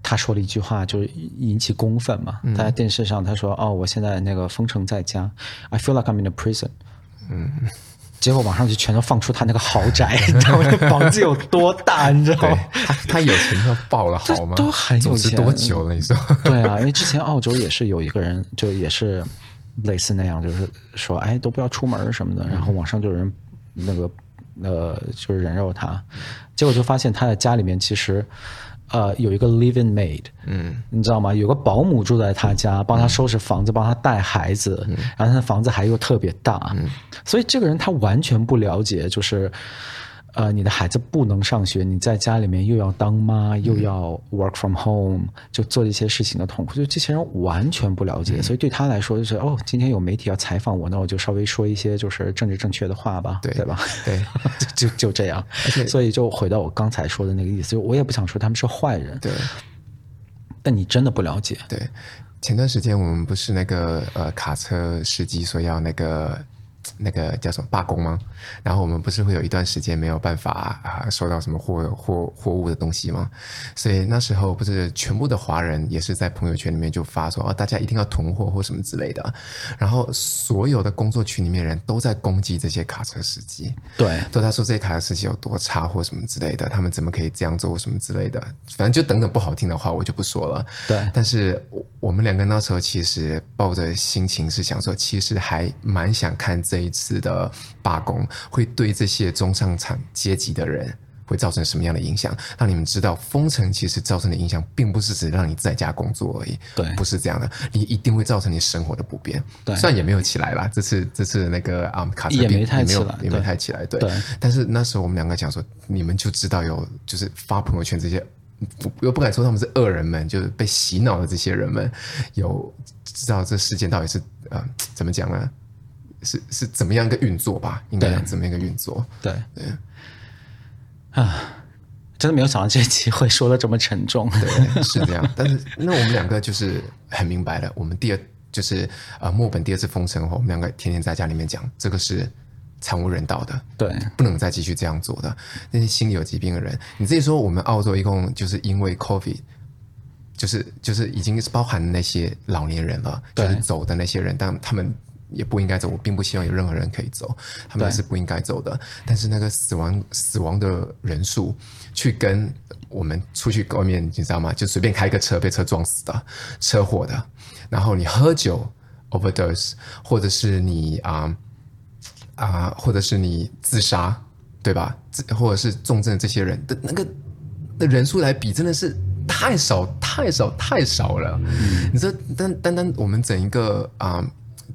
他说了一句话，就是引起公愤嘛。他在电视上他说：“哦，我现在那个封城在家，I feel like I'm in a prison。”嗯，结果网上就全都放出他那个豪 <laughs> 宅，你知道吗？那房子有多大，你知道
对
吗？
他他有钱到爆了好吗？
哦 <laughs> 这都很有
组织
钱
多久了？你
<laughs>
说
对啊，因为之前澳洲也是有一个人，就也是类似那样，就是说，哎，都不要出门儿什么的，然后网上就有人那个呃，就是人肉他，结果就发现他的家里面其实呃有一个 living maid，嗯，你知道吗？有个保姆住在他家，
嗯
帮他收拾房子，帮他带孩子，然后他的房子还又特别大，
嗯
所以这个人他完全不了解，就是。呃，你的孩子不能上学，你在家里面又要当妈，
嗯
又要 work from home，就做一些事情的痛苦，就这些人完全不了解，
嗯
所以对他来说就是哦，今天有媒体要采访我，那我就稍微说一些就是政治正确的话吧，
对
对吧？
对
<laughs> 就就就这样，所以就回到我刚才说的那个意思，就我也不想说他们是坏人，
对
但你真的不了解，
对，前段时间我们不是那个呃卡车司机说要那个。那个叫什么罢工吗？然后我们不是会有一段时间没有办法啊、收到什么货货货物的东西吗？所以那时候不是全部的华人也是在朋友圈里面就发说哦，大家一定要囤货或什么之类的。然后所有的工作群里面人都在攻击这些卡车司机，
对
都在说这些卡车司机有多差或什么之类的，他们怎么可以这样做或什么之类的，反正就等等不好听的话我就不说了。
对
但是我我们两个那时候其实抱着心情是想说，其实还蛮想看这一次的罢工会对这些中上产阶级的人。会造成什么样的影响？让你们知道，封城其实造成的影响，并不是只让你在家工作而已，
对
不是这样的，你一定会造成你生活的不便。
对
虽然也没有起来啦，这次这次那个啊、卡车
也
并
没太
也没有
起来
也没
对
太起来，对。
对
但是那时候我们两个讲说，你们就知道有就是发朋友圈这些，不又不敢说他们是恶人们，就是被洗脑的这些人们，有知道这事件到底是呃怎么讲呢？是是怎么样一个运作吧？应该
对
讲怎么样一个运作？
对对啊，真的没有想到这一期会说的这么沉重，
对，是这样。但是那我们两个就是很明白了，我们第二就是呃墨尔本第二次封城后，我们两个天天在家里面讲，这个是惨无人道的。
对
不能再继续这样做的。那些心理有疾病的人，你自己说，我们澳洲一共就是因为 COVID，就是就是已经是包含那些老年人了，就
对
是走的那些人，但他们也不应该走。我并不希望有任何人可以走，他们也
对
是不应该走的。但是那个死亡死亡的人数，去跟我们出去外面，你知道吗？就随便开个车被车撞死的，车祸的，然后你喝酒 overdose，或者是你啊。啊，或者是你自杀，对吧？自或者是重症这些人的那个的人数来比，真的是太少、太少、太少了。
嗯
你这单单单我们整一个啊。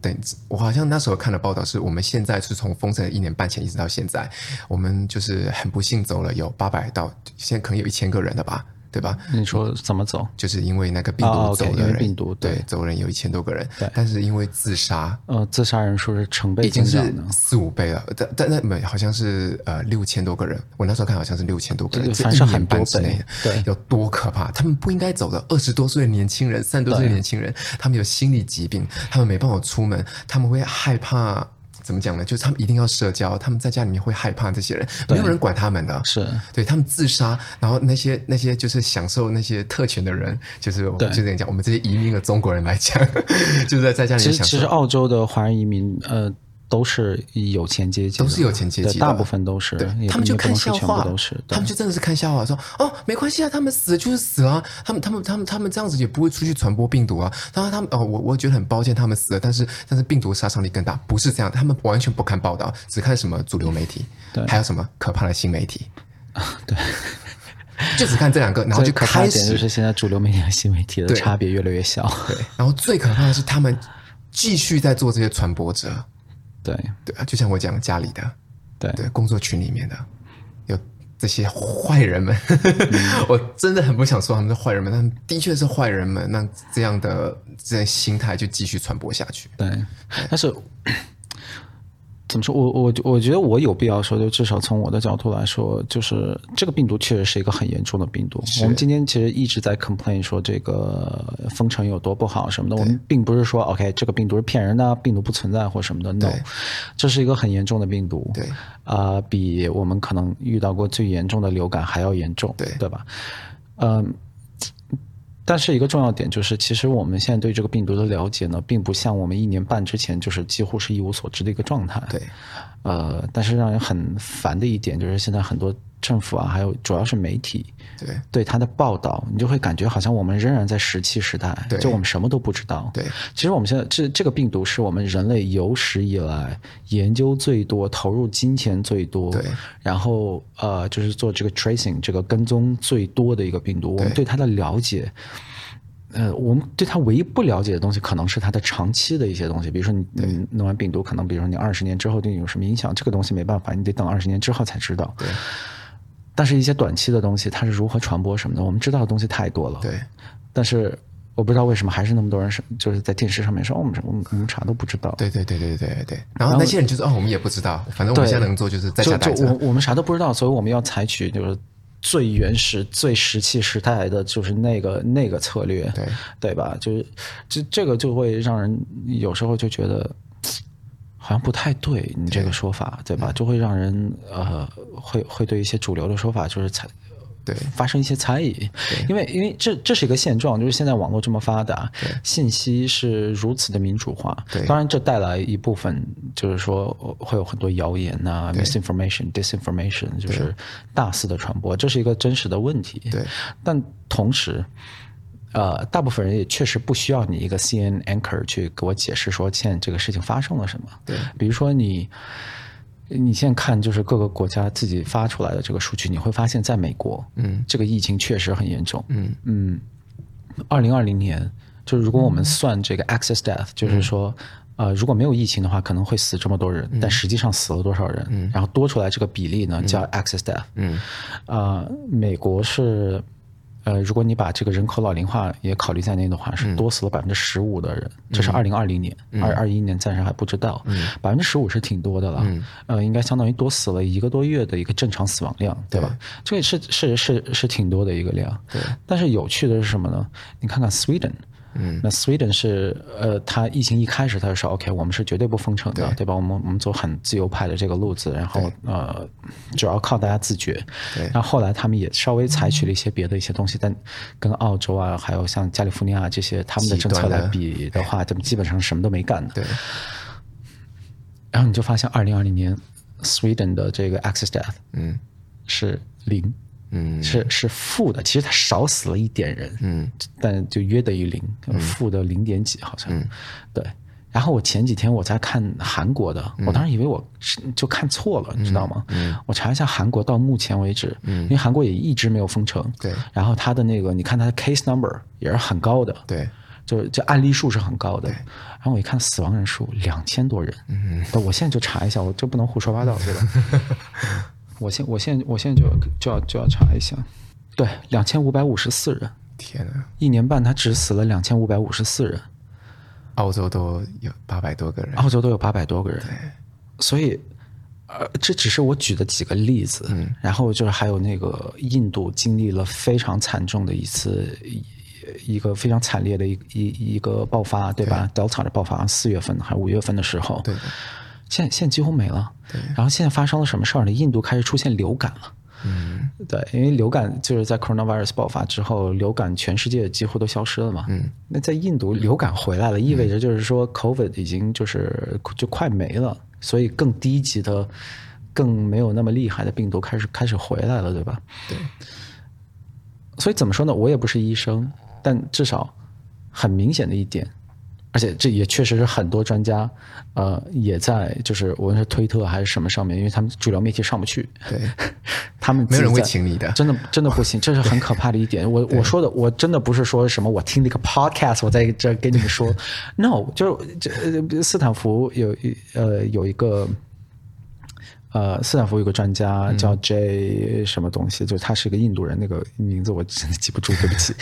等，我好像那时候看的报道是，我们现在是从封城的一年半前一直到现在，我们就是很不幸走了有八百到现在可能有一千个人了吧，对吧？
你说怎么走？
就是因为那个病
哦
毒
，OK，
走的
因
人，
为病毒
对
对
走人有一千多个人
对，
但是因为自杀
呃，自杀人数是成倍
已
增
经是
长的，
四五倍了，但但那没好像是呃六千多个人，我那时候看好像是六千多个人，
这
这
个
一
反
年
正
半
很多
之内
倍，对
有多可怕？他们不应该走的，二十多岁的年轻人，三十多岁的
对
年轻人，他们有心理疾病，他们没办法出门，他们会害怕。怎么讲呢？就是他们一定要社交，他们在家里面会害怕这些人，没有人管他们的。
是
对他们自杀，然后那些那些就是享受那些特权的人，就是我
对
就这样讲，我们这些移民的中国人来讲， <laughs> 就是在在家里
其
面
实
享
其
受
实。澳洲的华人移民，呃，都是有钱阶级的，
都是有钱阶
对
级的
大部分都是，嗯也
他们就
也不
看
能说
笑
全
话
部都是，，
他们
对
就真的是看笑话，说哦没关系啊，他们死了就是死了啊，他们他们他们他们这样子也不会出去传播病毒啊。当然他们哦，我我觉得很抱歉他们死了，但是但是病毒杀伤力更大，不是这样，他们完全不看报道，只看什么主流媒体，
对啊
还有什么可怕的新媒体，对，就只看这两个，然后
<laughs> 最
就
可怕
开
一点就
始
是现在主流媒体和新媒体的
对
差别越来越小，
对，然后最可怕的是他们继续在做这些传播者，
对
对啊，就像我讲家里的，
对
对工作群里面的有这些坏人们，<laughs>
嗯
我真的很不想说他们是坏人们，但的确是坏人们。那这样的这样心态就继续传播下去。
对，但是。怎么说？我我我觉得我有必要说，就至少从我的角度来说，就是这个病毒确实是一个很严重的病毒。我们今天其实一直在 complain 说这个封城有多不好什么的，我们并不是说 OK 这个病毒是骗人的，病毒不存在或什么的。No，
对
这是一个很严重的病毒。
对，
呃，比我们可能遇到过最严重的流感还要严重，
对
对吧？嗯、但是一个重要点就是，其实我们现在对这个病毒的了解呢，并不像我们一年半之前就是几乎是一无所知的一个状态。
对，
呃，但是让人很烦的一点就是，现在很多政府啊，还有主要是媒体，
对
对它的报道，你就会感觉好像我们仍然在石器时代，
对
就我们什么都不知道。
对，
其实我们现在这这个病毒是我们人类有史以来研究最多、投入金钱最多，
对，
然后呃，就是做这个 tracing 这个跟踪最多的一个病毒，我们
对
对它的了解。呃，我们对它唯一不了解的东西，可能是它的长期的一些东西，比如说你你弄完病毒，可能比如说你二十年之后对你有什么影响，这个东西没办法，你得等二十年之后才知道。对。但是，一些短期的东西，它是如何传播什么的，我们知道的东西太多了。
对。
但是，我不知道为什么还是那么多人是就是在电视上面说，哦我们什么我们我们啥都不知道。
对对对对对对对。然后那些人就是哦，我们也不知道，反正我们
对
现在能做就是在家待
就就
着。
我我们啥都不知道，所以我们要采取就是最原始、最石器时代的就是那个那个策略，
对
对吧？就是这这个就会让人有时候就觉得。好像不太对，你这个说法，对吧？就会让人呃，会会对一些主流的说法就是采
对
发生一些猜疑，因为因为这这是一个现状，就是现在网络这么发达，信息是如此的民主化
对，
当然这带来一部分就是说呃会有很多谣言呐、misinformation、disinformation，就是大肆的传播，这是一个真实的问题。
对，
但同时。呃，大部分人也确实不需要你一个 CN anchor 去给我解释说现在这个事情发生了什么。
对，
比如说你，你现在看就是各个国家自己发出来的这个数据，你会发现在美国，
嗯，
这个疫情确实很严重。
嗯
嗯，二零二零年，就是如果我们算这个 access death，就是说。呃，如果没有疫情的话，可能会死这么多人，但实际上死了多少人？然后多出来这个比例呢，叫 access death。
嗯，
呃，美国是，呃，如果你把这个人口老龄化也考虑在内的话，是多死了百分之十五的人，这是二零二零年，二二一年暂时还不知道，百分之十五是挺多的了，呃，应该相当于多死了一个多月的一个正常死亡量，对吧？这个是是是是挺多的一个量，对。但是有趣的是什么呢？你看看 Sweden。嗯，那 Sweden 是呃，它疫情一开始它就说 OK，我们是绝对不封城的，对吧？我们我们走很自由派的这个路子，然后呃，主要靠大家自觉。
对
然后后来他们也稍微采取了一些别的一些东西，但跟澳洲啊，还有像加利福尼亚这些他们的政策
极端
来
的
比的话，他们基本上什么都没干的。
对
然后你就发现，二零二零年 Sweden 的这个 access death，
嗯，
是零，
嗯，
是是负的。其实它少死了一点人，
嗯，
但就约等于零，负的零点几好像，
嗯
对。然后我前几天我在看韩国的，
嗯
我当时以为我是就看错了，你知道吗？我查一下韩国到目前为止，因为韩国也一直没有封城，
嗯对
然后它的那个你看它的 case number 也是很高的，
对
就就案例数是很高的。然后我一看死亡人数两千多人，嗯，我现在就查一下，我这不能胡说八道，对吧？我现我现我现在就要就要就要查一下，对，两千五百五十四人，
天啊哪！
一年半他只死了两千五百五十四人，
澳洲都有八百多个人，
澳洲都有八百多个人，所以。呃，这只是我举的几个例子，
嗯
然后就是还有那个印度经历了非常惨重的一次一一个非常惨烈的一一一个爆发，对吧？Delta 的爆发，四月份还是五月份的时候，
对的
现在现在几乎没了。然后现在发生了什么事儿呢？印度开始出现流感了。嗯，对，因为流感就是在 coronavirus 爆发之后，流感全世界几乎都消失了嘛。嗯，那在印度流感回来了，意味着就是说 COVID 已经就是就快没了，所以更低级的、更没有那么厉害的病毒开始开始回来了，对吧？
对
所以怎么说呢？我也不是医生，但至少很明显的一点，而且这也确实是很多专家，呃，也在就是无论是推特还是什么上面，因为他们主流媒体上不去， <laughs>
对，
他们
没有人会
自己在
请你的
真的真的不行，这是很可怕的一
<laughs>
点。我我说的我真的不是说什么，我听了一个 podcast，我在这儿跟你们说，no，就是这呃斯坦福有一呃有一个。呃，斯坦福有个专家
嗯
叫 J 什么东西，就是他是个印度人，那个名字我真的记不住，对不起。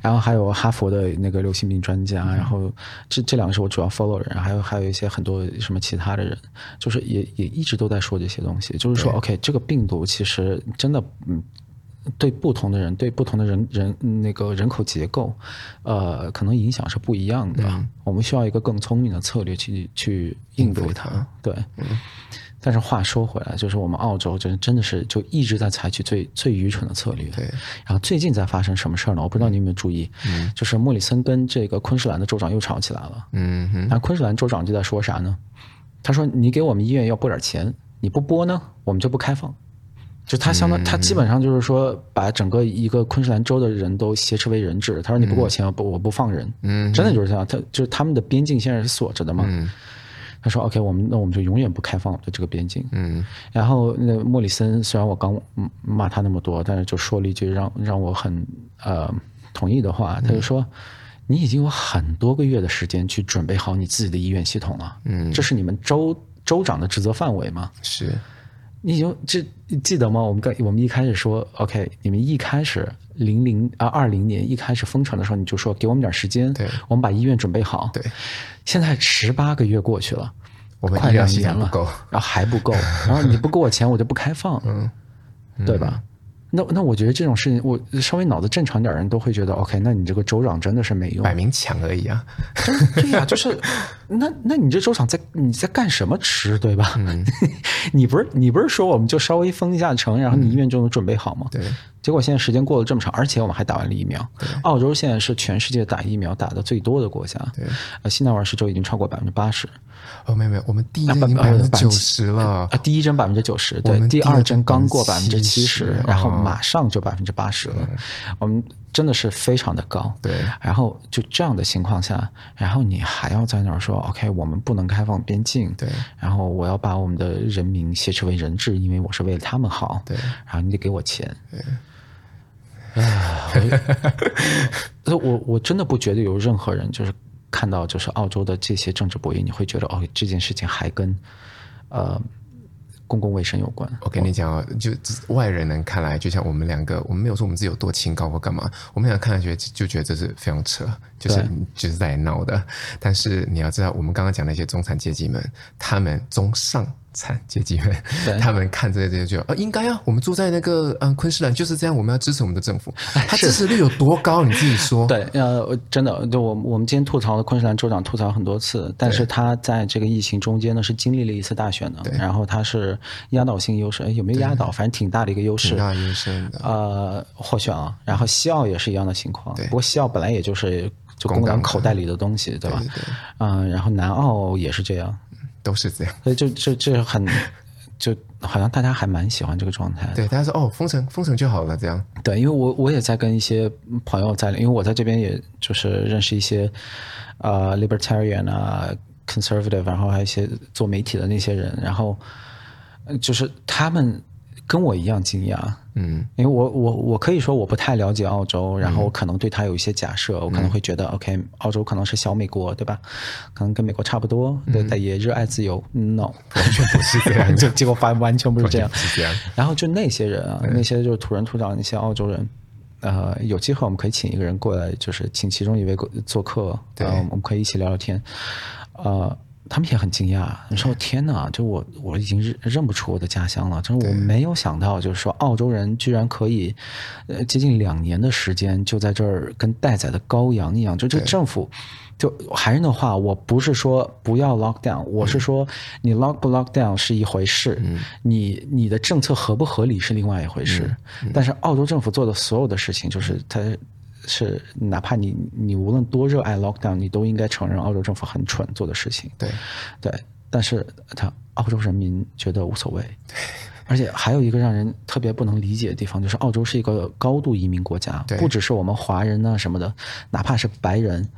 然后还有哈佛的那个流行病专家，然后这这两个是我主要 follow 的人，还有还有一些很多什么其他的人，就是也也一直都在说这些东西，就是说 OK，这个病毒其实真的嗯对不同的人，对不同的人人那个人口结构，呃，可能影响是不一样的。
嗯
我们需要一个更聪明的策略去去应对
应
它。
付它
对，但是话说回来，就是我们澳洲真真的是就一直在采取最最愚蠢的策略。
对
然后最近在发生什么事儿呢？我不知道你有没有注意，就是莫里森跟这个昆士兰的州长又吵起来了。
嗯哼，
然后昆士兰州长就在说啥呢？他说：“你给我们医院要拨点钱，你不拨呢，我们就不开放。”就他相当，
嗯
他基本上就是说，把整个一个昆士兰州的人都挟持为人质。他说：“你不给我钱，我不我不放人。”
嗯，
真的就是这样。他就是他们的边境现在是锁着的嘛。他说：“OK，我们那我们就永远不开放我们的这个边境。”
嗯
然后那莫里森虽然我刚嗯骂他那么多，但是就说了一句让让我很呃同意的话，他就说。
嗯
你已经有很多个月的时间去准备好你自己的医院系统了，
嗯
这是你们州州长的职责范围吗？
是，
你已经这你记得吗？我们刚我们一开始说，OK，你们一开始零零啊二零年一开始封城的时候，你就说给我们点时间，
对
我们把医院准备好。
对，
现在十八个月过去了，
我们
快
医疗
两
系
年
统
了
不够，
然后还不够，然后你不给我钱，我就不开放，
嗯
对吧？那那我觉得这种事情，我稍微脑子正常点儿人都会觉得，OK，那你这个州长真的是没用
摆，明抢而已啊。
真的对呀、就是那那你这州长在你在干什么吃，对吧？
嗯
<laughs> 你不是你不是说我们就稍微封一下城，然后你医院就能准备好吗？
对，
结果现在时间过了这么长，而且我们还打完了疫苗。澳洲现在是全世界打疫苗打的最多的国家，
对
呃，新南威尔士州已经超过百分之八十，
哦，没有没有，我们第一
啊
针
不
已经
不
百分之
不
九十了
啊，，第一针百分之九十，
我
对，
们
第
第
二
二
针
针
刚过百分之七
70%
十，啊然后马上就百分之八十了，我们真的是非常的高。
对
然后就这样的情况下，然后你还要在那儿说，OK，我们不能开放边境，
对，
然后我要把我们的人民挟持为人质，因为我是为了他们好，
对
然后你得给我钱，对。 <laughs> 我我我真的不觉得有任何人就是看到就是澳洲的这些政治博弈，你会觉得哦这件事情还跟呃公共卫生有关。
我跟你讲哦，就只外人能看来，就像我们两个，我们没有说我们自己有多清高或干嘛，我们俩看来觉得就觉得这是非常扯，就是
对
就是在闹的。但是你要知道，我们刚刚讲那些中产阶级们，他们中上产阶级
对
们，他们看这些这些就啊，应该啊，我们住在那个嗯昆士兰就是这样，我们要支持我们的政
<laughs>
府，他支持率有多高，你自己说。
对，呃，我真的，就我我们今天吐槽了昆士兰州长吐槽很多次，但是他在这个疫情中间呢是经历了一次大选的，然后他是压倒性优势，哎，有没有压倒？反正挺大的一个优势
挺。大优势的，
呃，获选啊，然后西澳也是一样的情况，
对
不过西澳本来也就是就
工
共党
党
口袋里的东西，对吧？嗯、然后南澳也是这样，
都是这样。
所以就就这很，就好像大家还蛮喜欢这个状态的。
对，大家说哦，封城封城就好了，这样。
对，因为我我也在跟一些朋友在聊，因为我在这边也就是认识一些呃 libertarian 啊 conservative，然后还有一些做媒体的那些人，然后呃就是他们跟我一样惊讶，
嗯，
因为我我我可以说我不太了解澳洲，然后我可能对它有一些假设，我可能会觉得、OK，澳洲可能是小美国，对吧？可能跟美国差不多，对，但也热爱自由。No，完全不是 <laughs> 这嗯 <laughs> 样，就结果发现完全不是这样，
完全不是这样。
然后就那些人啊，那些就是土生土长的那些澳洲人。呃，有机会我们可以请一个人过来，就是请其中一位过做客，
对
呃，我们可以一起聊聊天。呃，他们也很惊讶，你说天哪，就我我已经认认不出我的家乡了，真是我没有想到，就是说澳洲人居然可以，呃，接近两年的时间就在这儿跟待宰的羔羊一样，就这个政府。就还是那话，我不是说不要 lock down，我是说你 lock 不 lock down 是一回事，你你的政策合不合理是另外一回事。但是澳洲政府做的所有的事情，就是它是哪怕你你无论多热爱 lockdown，你都应该承认澳洲政府很蠢做的事情。
对，
对，但是他澳洲人民觉得无所谓。而且还有一个让人特别不能理解的地方，就是澳洲是一个高度移民国家
对，
不只是我们华人呐、啊什么的，哪怕是白人，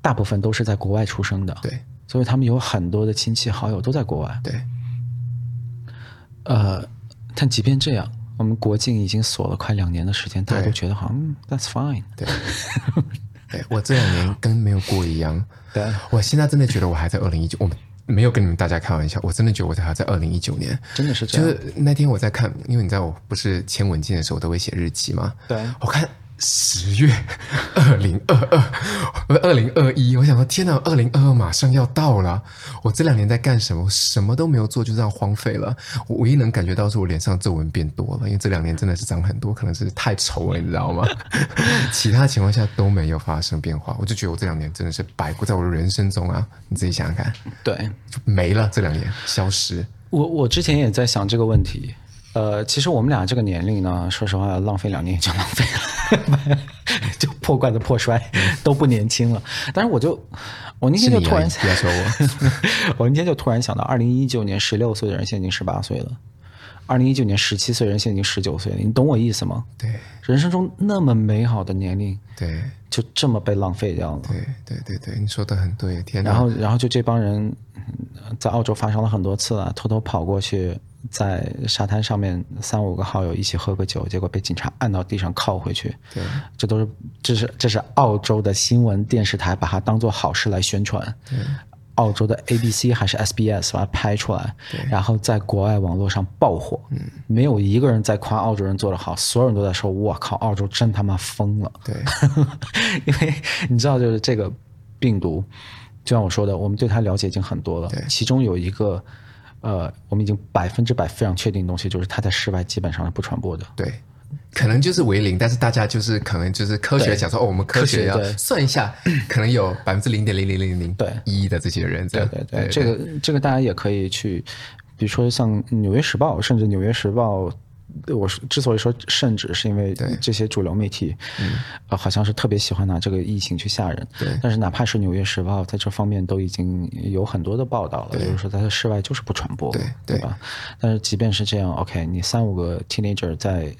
大部分都是在国外出生的。
对，
所以他们有很多的亲戚好友都在国外。
对，
呃，但即便这样，我们国境已经锁了快两年的时间，大家都
对
觉得好像、嗯 that's fine。
对，对我这两年跟没有过一样。
对
我现在真的觉得我还在二零一九，我没有跟你们大家开玩笑，我真的觉得我还在二零一九年。
真的是这
就
样。
是那天我在看，因为你知道我不是签文件的时候都会写日期嘛，
对
我看十月二零二二、二零二一，我想说，天哪，二零二二马上要到了，我这两年在干什么？我什么都没有做，就这样荒废了。我唯一能感觉到是我脸上皱纹变多了，因为这两年真的是长很多，可能是太
<laughs>
丑了，你知道吗？其他情况下都没有发生变化，我就觉得我这两年真的是白过在我的人生中啊！你自己想想看，
对
就没了，这两年消失。
我，我之前也在想这个问题。呃，其实我们俩这个年龄呢，说实话，浪费两年也就浪费了， <laughs> 就破罐子破摔，都不年轻了。但是我就，我那
是
天就
你啊
突
要
然
要
想，
求我，
我那天就突然想到， <laughs> 二零一九年十六岁的人现在已经十八岁了，二零一九年十七岁的人现在已经十九岁了，你懂我意思吗？
对
人生中那么美好的年龄，
对
就这么被浪费掉了。
对对对对，你说的很对，天
然
哪！
后，然后就这帮人嗯在澳洲发生了很多次了，偷偷跑过去，在沙滩上面三五个好友一起喝个酒，结果被警察按到地上铐回去。
对
这都是这是这是澳洲的新闻电视台把它当做好事来宣传。澳洲的 ABC 还是 SBS 把它拍出来，然后在国外网络上爆火，
嗯
没有一个人在夸澳洲人做得好，所有人都在说：“我靠，澳洲真他妈疯了。”
对
<laughs> 因为你知道，就是这个病毒，就像我说的，我们对它了解已经很多了。其中有一个，呃，我们已经百分之百非常确定的东西，就是它在室外基本上是不传播的。
对，可能就是为零，但是大家就是可能就是科学
对
讲说哦，我们科
科学
学要
对
算一下，可能有百分之零点零零零零
对
一的这些人，这
对
样
对对，这个这个大家也可以去，比如说像《纽约时报》，甚至《纽约时报》。我是之所以说甚至是因为这些主流媒体，呃，好像是特别喜欢拿这个疫情去吓人。
嗯对
但是哪怕是《纽约时报》在这方面都已经有很多的报道了，就是说它在室外就是不传播，
对
对
对
吧？但是即便是这样，OK，你三五个 teenager 在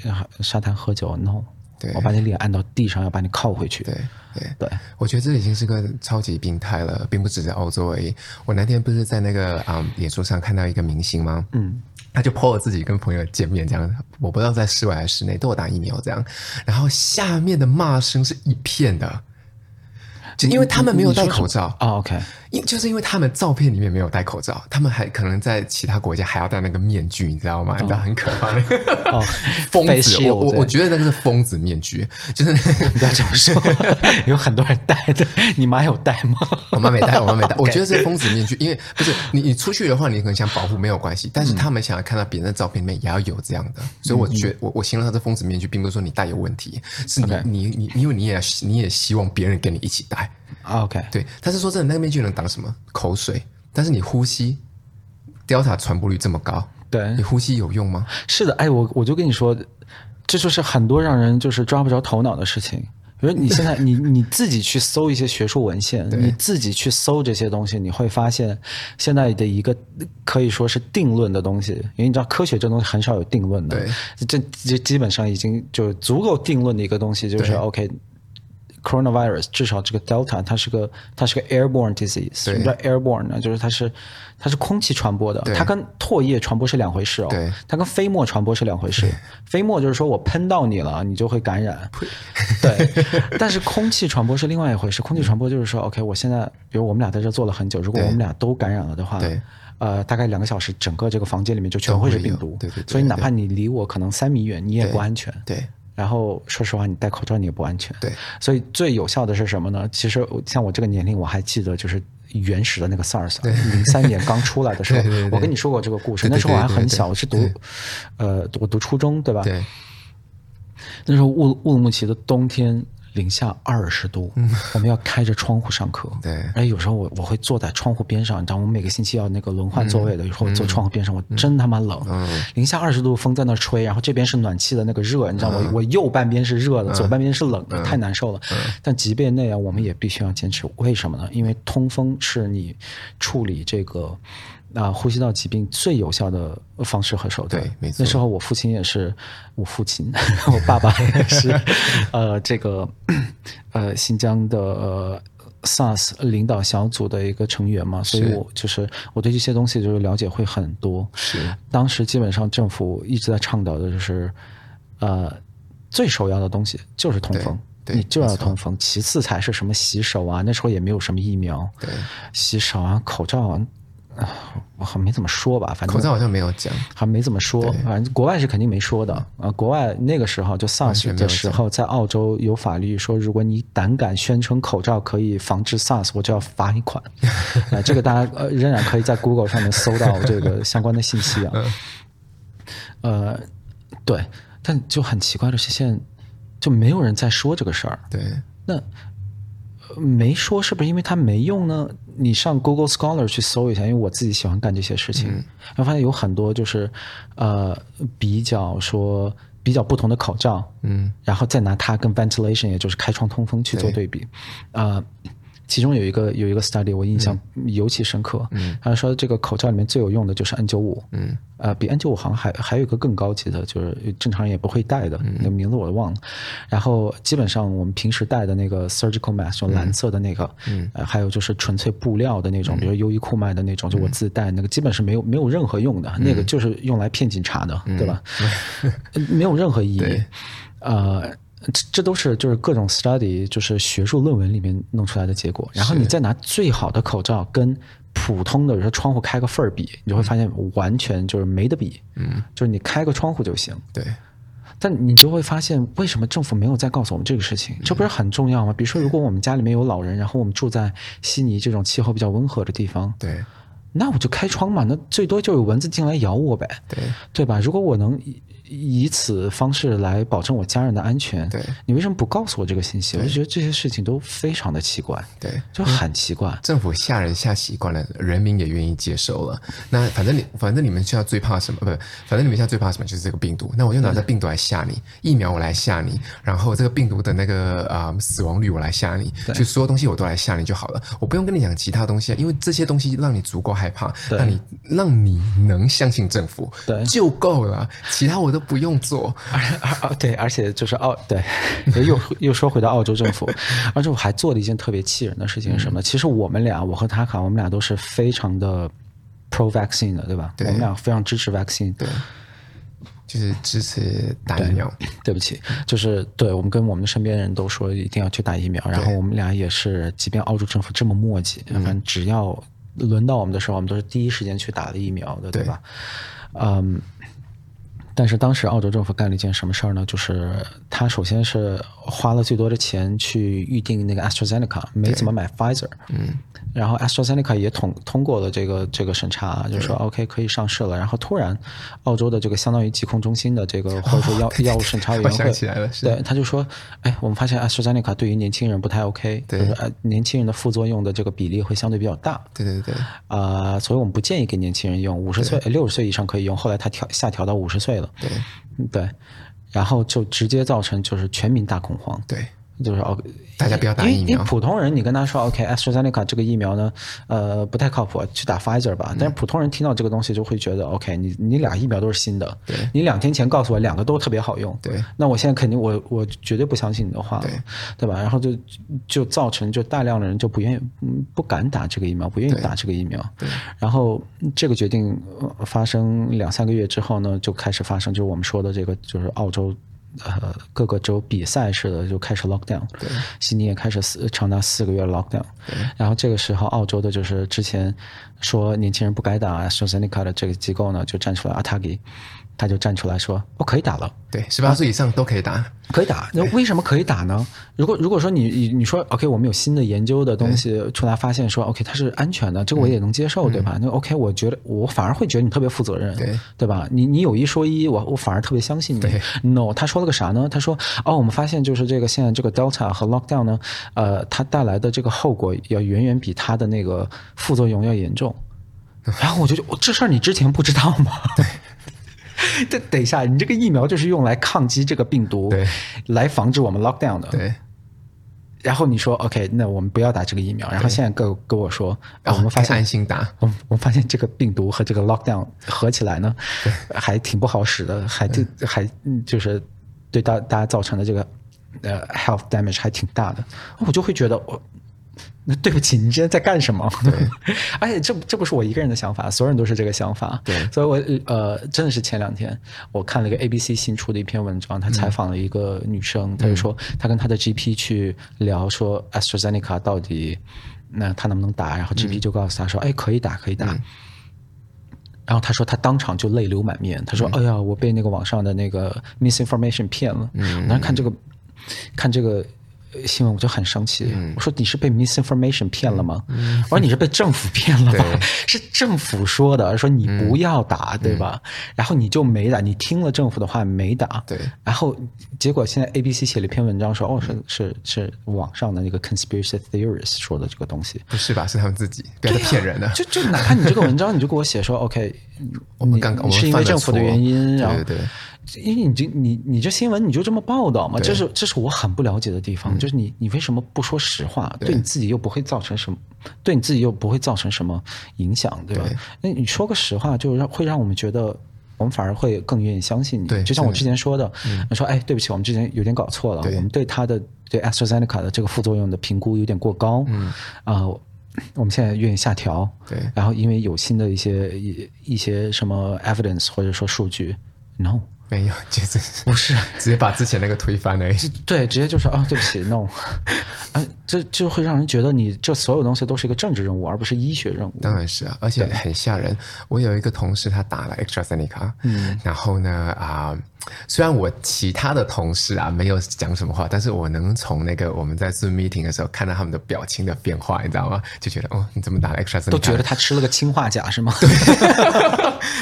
沙滩喝酒，no，
对
我把你脸按到地上，要把你铐回去。
对对
对
我觉得这已经是个超级病态了，并不只是澳洲而已。我那天不是在那个啊、嗯脸书上看到一个明星吗？嗯。他就 po 了自己跟朋友见面这样，我不知道在室外还是室内都有打疫苗这样，然后下面的骂声是一片的，就因为他们没有戴口罩，
啊，OK，
因就是因为他们照片里面没有戴口罩，他们还可能在其他国家还要戴那个面具，你知道吗？你知道很可怕那个、
哦
<laughs> 疯
，face
子，我
shield，
我
对
我觉得那个是疯子面具，就是那个
不要这么说， <laughs> 有很多人戴的。你妈有戴吗？
我妈没戴，我妈 <laughs> 没戴。我觉得是疯子面具，因为不是你，你出去的话，你可能想保护没有关系，但是他们想要看到别人的照片里面也要有这样的，所以我觉我我形容他是疯子面具，并不是说你戴有问题，是你
OK
你你因为你也你也希望别人跟你一起戴，
啊，OK，
对。但是说真的，那个面具能挡什么？口水，但是你呼吸，Delta 传播率这么高，
对
你，呼吸有用吗？
是的，哎，我我就跟你说，这就是很多让人就是抓不着头脑的事情。比如你
<laughs>
现在你你自己去搜一些学术文献，你自己去搜这些东西，你会发现现在的一个可以说是定论的东西，因为你知道科学这东西很少有定论的，这这基本上已经就足够定论的一个东西，就是
对
OK。coronavirus 至少这个 delta 它是个它是个 airborne disease，什
对
么叫 airborne 呢？就是它是它是空气传播的，
对
它跟唾液传播是两回事哦。
对
它跟飞沫传播是两回事。飞沫就是说我喷到你了，你就会感染。对，但是空气传播是另外一回事。空气传播就是说，OK，我现在比如我们俩在这坐了很久，如果
对
我们俩都感染了的话
对，
呃，大概两个小时，整个这个房间里面就全
都
会
会
是病
有
毒。
对对对
所以哪
对
怕你离我可能三米远，你也不
对
安全。
对
然后说实话，你戴口罩你也不安全。
对，
所以最有效的是什么呢？其实我像我这个年龄，我还记得就是原始的那个 SARS，零啊三年刚出来的时候
<laughs> 对对对，
我跟你说过这个故事。
对对
那时候我还很小，
对对对
我是读，呃，我读初中，对吧？
对
那时候乌乌鲁木齐的冬天零下二十度，
嗯
我们要开着窗户上
<laughs>
课。
对
哎，有时候我我会坐在窗户边上，你知道，我们每个星期要那个轮换座位的，有时候我坐窗户边上，
嗯
我真他妈冷，零下二十度风在那吹，然后这边是暖气的那个热，你知道，我
嗯
我右半边是热的，左半边是冷的，太难受了。但即便那样，我们也必须要坚持。为什么呢？因为通风是你处理这个。啊，呼吸道疾病最有效的方式和手段。
对没错
那时候我父亲也是，我父亲， <laughs> 我爸爸也是，呃，这个呃新疆的呃 SARS 领导小组的一个成员嘛，所以
是
我就是我对这些东西就是了解会很多。
是，
当时基本上政府一直在倡导的就是，呃，最首要的东西就是通风。
对对
你就要
没错
通风，其次才是什么洗手啊，那时候也没有什么疫苗，
对
洗手啊、口罩啊，我好像没怎么说吧，反正
口罩好像没有讲，
还没怎么说，反正国外是肯定没说的啊。国外那个时候就
完
SARS
嗯全没
的
有
时
讲
候，在澳洲有法律说，如果你胆敢宣称口罩可以防治 SARS，我就要罚你
<laughs>
款。啊，这个大家呃仍然可以在 Google 上面搜到这个相关的信息
嗯
啊。呃，对，但就很奇怪的是，现在就没有人在说这个事儿。
对，
那呃没说是不是因为它没用呢？你上 Google Scholar 去搜一下，因为我自己喜欢干这些事情，然后发现有很多就是呃比较说比较不同的口罩，
嗯，
然后再拿它跟 ventilation，也就是开窗通风去做对比，呃。其中有一个有一个 study 我印象尤其深刻，他说这个口罩里面最有用的就是 N 9 5嗯，呃，比 N 9 5好像还还有一个更高级的，就是正常人也不会戴的，那个名字我都忘了。然后基本上我们平时戴的那个 surgical mask，就蓝色的那个，嗯，还有就是纯粹布料的那种，比如优衣库卖的那种，就我自己戴那个，基本是没有没有任何用的，那个就是用来骗警察的，对吧？ <laughs> 没有任何意义
对。
呃，这这都是就是各种 study，就是学术论文里面弄出来的结果。然后你再拿最好的口罩跟普通的，比如说窗户开个缝儿比，你就会发现完全就是没得比。嗯，就是你开个窗户就行。
对，
但你就会发现，为什么政府没有再告诉我们这个事情？这不是很重要吗？比如说，如果我们家里面有老人，然后我们住在悉尼这种气候比较温和的地方，
对，
那我就开窗嘛，那最多就有蚊子进来咬我呗，
对
对吧？如果我能以以此方式来保证我家人的安全，
对
你为什么不告诉我这个信息？我就觉得这些事情都非常的奇怪，
对。
就很奇怪。
政府吓人吓习惯了，人民也愿意接受了。那反正你反正你们现在最怕什么？不，反正你们现在最怕什么就是这个病毒。那我就拿这病毒来吓你，疫苗我来吓你，然后这个病毒的那个啊、呃死亡率我来吓你，就所有东西我都来吓你就好了。我不用跟你讲其他东西，因为这些东西让你足够害怕，
对
让你让你能相信政府
对
就够了，其他我都不用做。
<laughs> 而而对，而且就是澳对，又又说回到澳洲
<laughs>
政府，澳洲政府还做了一件特别气人的事情是
嗯
什么呢？其实我们俩，我和塔卡，我们俩都是非常的 pro vaccine 的，对吧？
对
我们俩非常支持 vaccine。
对，就是支持打疫苗。
<laughs> 对不起，就是对我们跟我们的身边人都说一定要去打疫苗，然后我们俩也是，即便澳洲政府这么磨叽，
嗯
反正只要轮到我们的时候，我们都是第一时间去打了疫苗的，对
对
吧？嗯，但是当时澳洲政府干了一件什么事儿呢？就是他首先是花了最多的钱去预定那个 AstraZeneca，没怎么买 Pfizer。嗯。然后 AstraZeneca 也通通过了这个这个审查，就说 OK 可以上市了。然后突然，澳洲的这个相当于疾控中心的这个
哦
或者说药、药物审查委
我
员
想
会，
起来了是
对，他就说，哎，我们发现 AstraZeneca 对于年轻人不太 OK，
对
就是、呃、年轻人的副作用的这个比例会相对比较大。
对对对，
啊、所以我们不建议给年轻人用，五十岁、六十岁以上可以用。后来他调下调到五十岁了，
对
嗯对，然后就直接造成就是全民大恐慌，
对，
就是哦，
大家不要打
因为
疫
因为
苗。
普通人你跟他说 OK AstraZeneca 这个疫苗呢，呃，不太靠谱，去打 Pfizer
嗯
吧。但是普通人听到这个东西就会觉得 OK，你你俩疫苗都是新的，你两天前告诉我两个都特别好用，
对，
那我现在肯定我我绝对不相信你的话了，
对
对吧？然后就就造成就大量的人就不愿意嗯不敢打这个疫苗，不愿意打这个疫苗。然后嗯这个决定呃发生两三个月之后呢，就开始发生就是我们说的这个就是澳洲。呃，各个州比赛似的就开始 lockdown，悉尼也开始四长达四个月 lockdown，然后这个时候澳洲的就是之前说年轻人不该打 AstraZeneca 的这个机构呢，就站出来 a t a g i 他就站出来说，我、可以打了，
对，十八岁以上都可以打。
可以打。那为什么可以打呢？如果如果说你你你说 OK，我们有新的研究的东西出来，发现说 OK 它是安全的，这个我也能接受，对吧？那 OK，我觉得我反而会觉得你特别负责任，
对
吧？你你有一说一，我我反而特别相信你。No，他说了个啥呢？他说哦，我们发现就是这个现在这个 Delta 和 Lockdown 呢，呃，它带来的这个后果要远远比它的那个副作用要严 <laughs> 重。然后我就觉得我这事儿你之前不知道吗？ <laughs> 这等一下，你这个疫苗就是用来抗击这个病毒，
对，
来防止我们 lockdown 的。
对，
然后你说 OK，那我们不要打这个疫苗。然后现在跟跟我说，啊我们发
可以
现
哦安，心打。
我们我们发现这个病毒和这个 lockdown 合起来呢，还挺不好使的，还就还嗯就是对大大家造成的这个呃 health damage 还挺大的。我就会觉得我。那对不起，你之前在干什么？ <laughs> 而且这这不是我一个人的想法，所有人都是这个想法。
对
所以我呃，真的是前两天我看了一个 ABC 新出的一篇文章，他采访了一个女生，她就说她跟她的 GP 去聊说 AstraZeneca 到底那他能不能打？然后
嗯
GP 就告诉他说，哎，可以打，可以打。然后他说他当场就泪流满面，他说：“
嗯
哎呀，我被那个网上的那个 misinformation 骗了。”
嗯
我当时看这个看这个呃新闻我就很生气，
嗯
我说你是被 misinformation 骗了吗？我说你是被政府骗了吧
对？嗯
<laughs> 是政府说的，说你不要打，对吧？然后你就没打，你听了政府的话没打，
对
然后结果现在 ABC 写了一篇文章说：“哦，
嗯
是是是网上的那个 conspiracy theorist 说的这个东西。”
不是吧？是他们自己，不要再
对啊
骗人了。
就就哪怕你这个文章，你就给我写说 OK，我
们 <laughs> 刚我们
是因
犯
为
了
政府的
错
原因，
对
然后
对对
因为你这你你这新闻你就这么报道嘛，这是这是我很不了解的地
嗯
方，就是你你为什么不说实话？对你自己又不会造成什么，对你自己又不会造成什么影响，对吧？那你说个实话，就让会让我们觉得。我们反而会更愿意相信你，
对
就像我
真的
之前说的，我说哎，对不起，我们之前有点搞错了，
嗯对
我们对它的对 AstraZeneca 的这个副作用的评估有点过高，嗯，啊、我们现在愿意下调，
对
然后因为有新的一些一一些什么 evidence 或者说数据，no，
没有，就是不是，直接把之前那个推翻而已。
对，直接就说啊、对不起，no，啊，这就会让人觉得你这所有东西都是一个政治任务，而不是医学任务。
当然是啊，而且很吓人。我有一个同事，他打了 AstraZeneca，嗯，然后呢，啊、虽然我其他的同事啊没有讲什么话，但是我能从那个我们在 Zoom meeting 的时候看到他们的表情的变化，你知道吗？就觉得哦，你怎么打了 AstraZeneca？
都觉得他吃了个氰化钾是吗？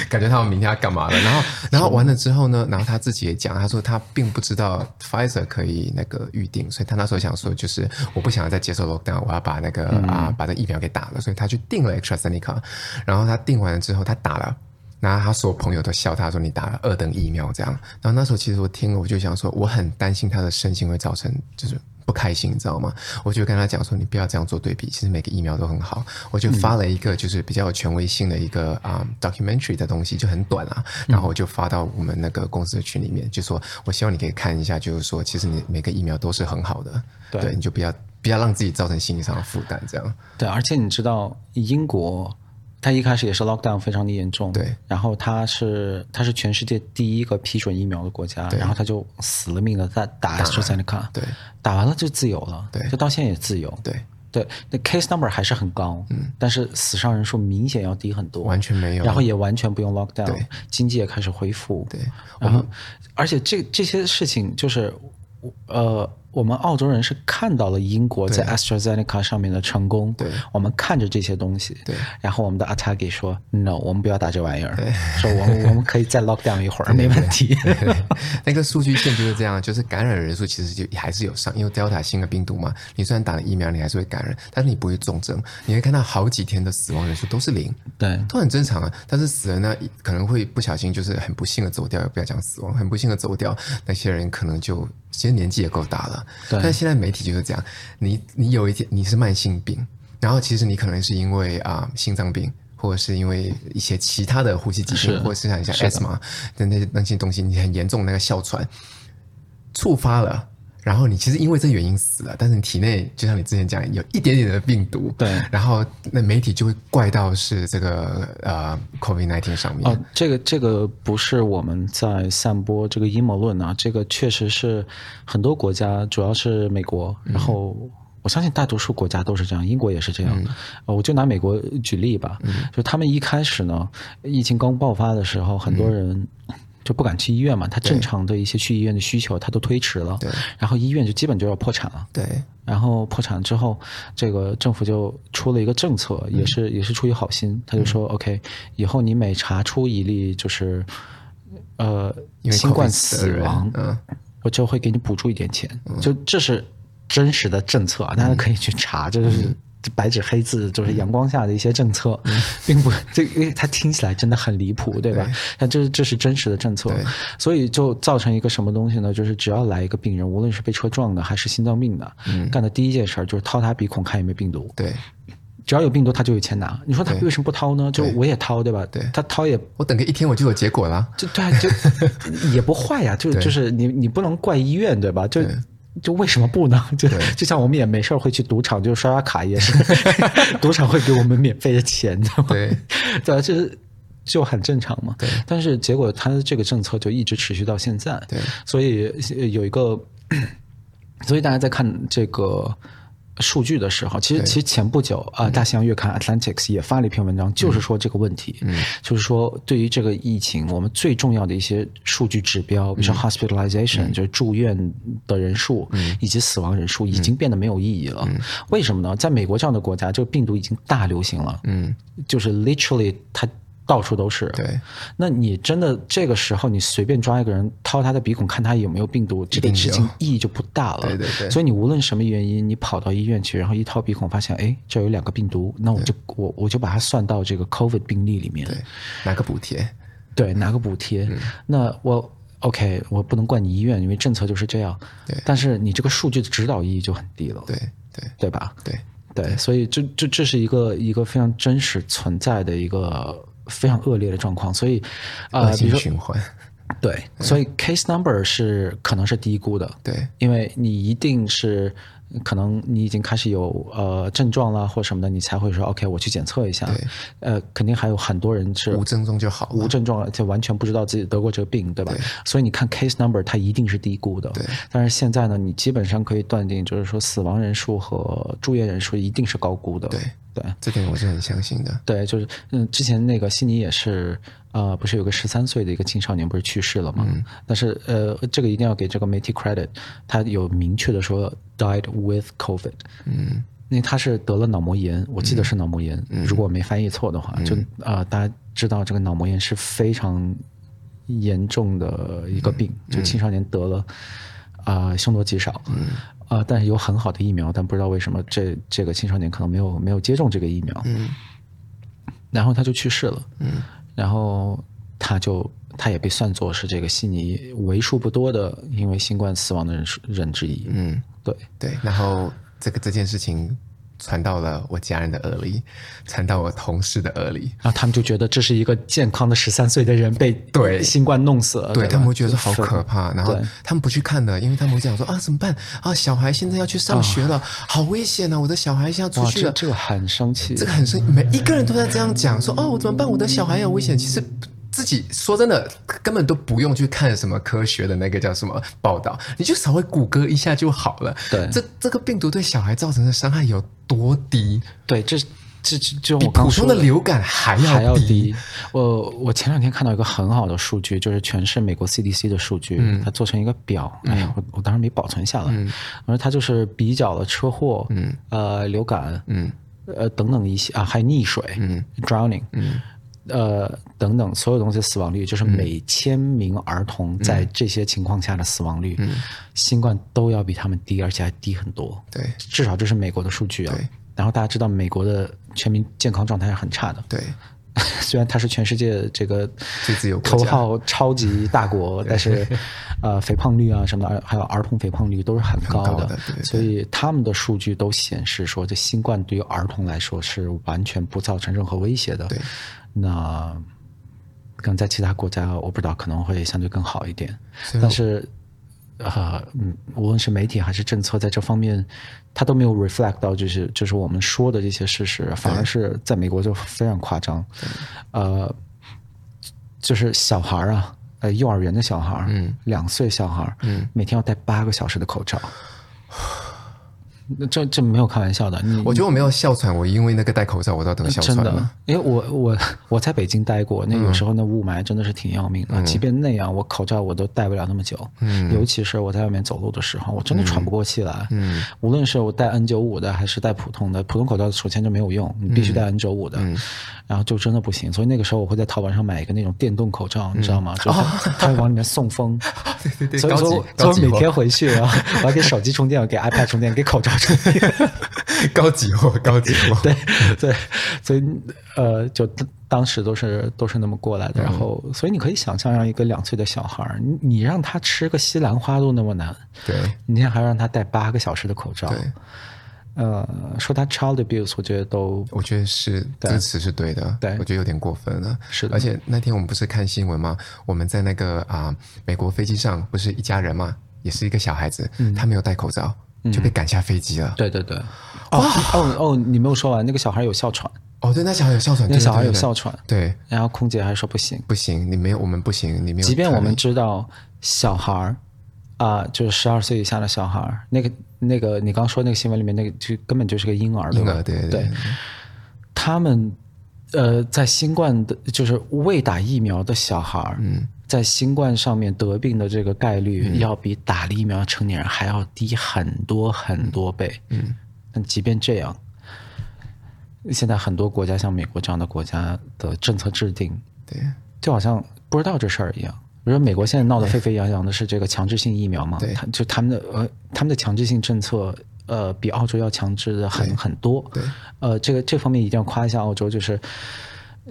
感觉他们明天要干嘛了。然后，然后完了之后呢，然后他自己也讲，他说他并不知道 Pfizer 可以那个预定，所以他那时候想说，就是我不想再接受 lockdown，我要把那个、啊把这疫苗给打了，所以他去订了 AstraZeneca。然后他订完了之后，他打了。然后他所有朋友都笑他说：“你打了二等疫苗这样。”然后那时候其实我听了，我就想说，我很担心他的身心会造成就是不开心，你知道吗？我就跟他讲说，你不要这样做对比，其实每个疫苗都很好。我就发了一个就是比较有权威性的一个啊、documentary 的东西，就很短啊，然后我就发到我们那个公司的群里面，就说我希望你可以看一下，就是说其实你每个疫苗都是很好的，
对
对，你就不要不要让自己造成心理上的负担，这样
对，而且你知道英国，它一开始也是 lockdown 非常的严重，
对，
然后它是它是全世界第一个批准疫苗的国家，然后他就死了命的在打 AstraZeneca，
对，
打完了就自由了，
对
就到现在也自由，
对， <laughs>
对，那 case number 还是很高，嗯，但是死伤人数明显要低很多，
完全没有。
然后也完全不用 lockdown，
对
经济也开始恢复。
对，
然后而且这这些事情就是，呃，我们澳洲人是看到了英国在 AstraZeneca 上面的成功，
对
我们看着这些东西，
对，
然后我们的 Atagi 说 no，我们不要打这玩意儿，说我们我们可以再 lockdown 一
<laughs>
会儿，没问题。
那个数据线就是这样，啊就是感染人数其实就还是有上，因为 Delta 新的病毒嘛，你虽然打了疫苗，你还是会感染，但是你不会重症，你会看到好几天的死亡人数都是零，
<laughs> 对，
都很正常啊。但是死人呢，可能会不小心就是很不幸的走掉，也不要讲死亡，很不幸的走掉，那些人可能就其实年纪也够大了。
对
但现在媒体就是这样，你你有一天你是慢性病，然后其实你可能是因为啊、心脏病。或者是因为一些其他的呼吸疾
是
病，或者是像像 asthma 的那些那些东西，你很严重那个哮喘，触发了，然后你其实因为这原因死了，但是你体内就像你之前讲，有一点点的病毒，
对
然后那媒体就会怪到是这个呃 COVID nineteen 上面，
哦，这个这个不是我们在散播这个阴谋论啊，这个确实是很多国家，主要是美国，然后我相信大多数国家都是这样，英国也是这样。呃，我就拿美国举例吧，就他们一开始呢，疫情刚爆发的时候，很多人。就不敢去医院嘛，他正常的一些去医院的需求他都推迟了，然后医院就基本就要破产了。
对
然后破产之后，这个政府就出了一个政策，
嗯
也是也是出于好心，他就说、o k 以后你每查出一例就是呃
因为
新冠
COVID 死
死
的人
亡，
嗯，
我就会给你补助一点钱，就这是真实的政
嗯
策啊，大家可以去查，这就是白纸黑字，就是阳光下的一些政策，
嗯
并不这因为它听起来真的很离谱，对吧？但这是这是真实的政策
对，
所以就造成一个什么东西呢？就是只要来一个病人，无论是被车撞的还是心脏病的，
嗯
干的第一件事儿就是掏他鼻孔看有没有病毒，
对
只要有病毒他就有钱拿。你说他
对
为什么不掏呢？就我也掏，对吧？
对
他掏也
我等个一天我就有结果啦，
就对啊，就也不坏呀、就就是你你不能怪医院对吧？就就为什么不呢？就就像我们也没事儿会去赌场，就刷刷卡也是， <laughs> 赌场会给我们免费的钱，对吧？
对，
<laughs> 对啊，这就很正常嘛。对，但是结果他的这个政策就一直持续到现在，
对，
<coughs> 所以呃有一个，所以大家在看这个。数据的时候，其实其实前不久啊，大西洋月刊 Atlantics 也发了一篇文章，就是说这个问题，就是说对于这个疫情，我们最重要的一些数据指标，比如说 hospitalization，就是住院的人数以及死亡人数，已经变得没有意义了。为什么呢？在美国这样的国家，这个病毒已经大流行了，
嗯，
就是 literally 它。到处都是，
对，
那你真的这个时候，你随便抓一个人，掏他的鼻孔，看他有没有病毒，这
定
个事
有
情意义就不大了。
对对对
所以你无论什么原因，你跑到医院去，然后一掏鼻孔，发现哎，这有两个病毒，那我就我我就把它算到这个 COVID 病例里面，
对，嗯拿个补贴，
对拿个补贴。那我 OK，我不能怪你医院，因为政策就是这样。
对
但是你这个数据的指导意义就很低了，
对对
对吧？
对，
对，所以这这这是一个一个非常真实存在的一个非常恶劣的状况，所以，呃
恶，
比
性
如说
循环，
对，所以 case number 是可能是低估的，
对
因为你一定是可能你已经开始有呃症状啦或什么的，你才会说 OK，我去检测一下
对，
呃，肯定还有很多人是
无症状就好了
无症状了，就完全不知道自己得过这个病，对吧？所以你看 case number 它一定是低估的，
对
但是现在呢，你基本上可以断定，就是说死亡人数和住院人数一定是高估的，
对
对。
这点我是很相信的，
对，就是嗯，之前那个悉尼也是，呃，不是有个十三岁的一个青少年不是去世了吗？但是呃，这个一定要给这个媒体 credit，他有明确的说 died with COVID，
嗯，
因为他是得了脑膜炎，我记得是脑膜炎，如果我没翻译错的话，就呃，大家知道这个脑膜炎是非常严重的一个病，就青少年得了。啊、凶多吉少，啊、但是有很好的疫苗，但不知道为什么这这个青少年可能没有没有接种这个疫苗，然后他就去世了。嗯，然后他就他也被算作是这个悉尼为数不多的因为新冠死亡的人数人之一。
嗯，
对，
对，然后这个这件事情传到了我家人的耳里，传到我同事的耳里，
然后他们就觉得这是一个健康的十三岁的人被
对
新冠弄死了，
对
吧
他们会觉得好
就
可怕，然后
对
他们不去看的，因为他们会这样说啊，怎么办啊？小孩现在要去上学了，好危险啊！我的小孩现在要
哇，
出去
这
了，
这个很生气。
这个很生，每一个人都在这样讲说哦，我怎么办？我的小孩有危险。其实自己说真的，根本都不用去看什么科学的那个叫什么报道，你就稍微谷歌一下就好了。
对
这这个病毒对小孩造成的伤害有多低，
对，这这这就
比
我刚
普
说
通的流感还
还
要
要。低。 <laughs> 我我前两天看到一个很好的数据，就是全是美国 CDC 的数据，它做成一个表。哎呀，我我当时没保存下来。我说它就是比较了车祸，嗯，呃，流感，嗯，呃，等等一些啊，还有溺水，嗯，drowning，嗯。呃，等等，所有东西的死亡率就是每千名儿童在这些情况下的死亡率，新冠都要比他们低，而且还低很多。
对
至少这是美国的数据啊
对。
然后大家知道，美国的全民健康状态是很差的。
对，
<laughs> 虽然它是全世界这个
最自由国
头
家
号超级
<laughs>
大国，但是呃，肥胖率啊什么的，还有儿童肥胖率都是很高
高的对对
所以他们的数据都显示说，这新冠对于儿童来说是完全不造成任何威胁的。
对，
那可能在其他国家，我不知道可能会相对更好一点
所以，我
但是。呃，嗯，无论是媒体还是政策，在这方面，它都没有 reflect 到，就是就是我们说的这些事实，反而是在美国就非常夸张。呃，就是小孩儿啊，呃，幼儿园的小孩儿，嗯，两岁小孩儿，嗯，每天要戴八个小时的口罩，那这这没有开玩笑的，你
我觉得我没有哮喘，我因为那个戴口罩，我到等哮
真
喘
的
了。，
因为我我我在北京待过，那
嗯
有时候那雾霾真的是挺要命的。即便那样，我口罩我都戴不了那么久。嗯，尤其是我在外面走路的时候，我真的喘不过气来。嗯，无论是我戴 N 九五的还是戴普通的，普通口罩首先就没有用，你
嗯
必须戴 N 九五的，然后就真的不行。所以那个时候我会在淘宝上买一个那种电动口罩，你知道吗？就是它它会往里面送风。
嗯哦 <laughs> 对对对，
所以
高级
说，所以
高
我
级
每天
货，
回去，然后我要给手机充电，我给 iPad 充电，给口罩充电。
<laughs> 高级货，高级哦货。
<laughs> 对对，所以呃，就当当时都是都是那么过来
嗯
的。然后，所以你可以想象，让一个两岁的小孩儿，你你让他吃个西兰花都那么难，
对
你现在还让他戴八个小时的口罩
对，，
呃，说他 child abuse，我觉得都
我觉得是这个词是对的，
对
我觉得有点过分了。
是的
而且那天我们不是看新闻吗？我们在那个啊、美国飞机上，不是一家人嘛，也是一个小孩子，
嗯
他没有戴口罩，就被赶下飞机了。
对对对。哦哦哦，你没有说完，那个小孩有哮喘，
哦，对，那小孩有哮喘，
那
对
个小孩有，
对
哮喘，
对对对，
然后空姐还说不行，
不行，你没有，我们不行，你没有特例。
即便我们知道小孩儿啊，就是十二岁以下的小孩儿，那个那个你刚说那个新闻里面那个就根本就是个婴儿，对
婴
吧？
儿对对
对他们呃，在新冠的，就是未打疫苗的小孩儿，嗯，在新冠上面得病的这个概率，要比打了疫苗的成年人还要低很多很多倍。嗯，但即便这样，现在很多国家，像美国这样的国家的政策制定，
对
就好像不知道这事儿一样。比如说，美国现在闹得沸沸扬扬的是这个强制性疫苗嘛
对，
他就他们的呃，他们的强制性政策，呃，比澳洲要强制的很很多。
对
呃，这个这方面一定要夸一下澳洲，就是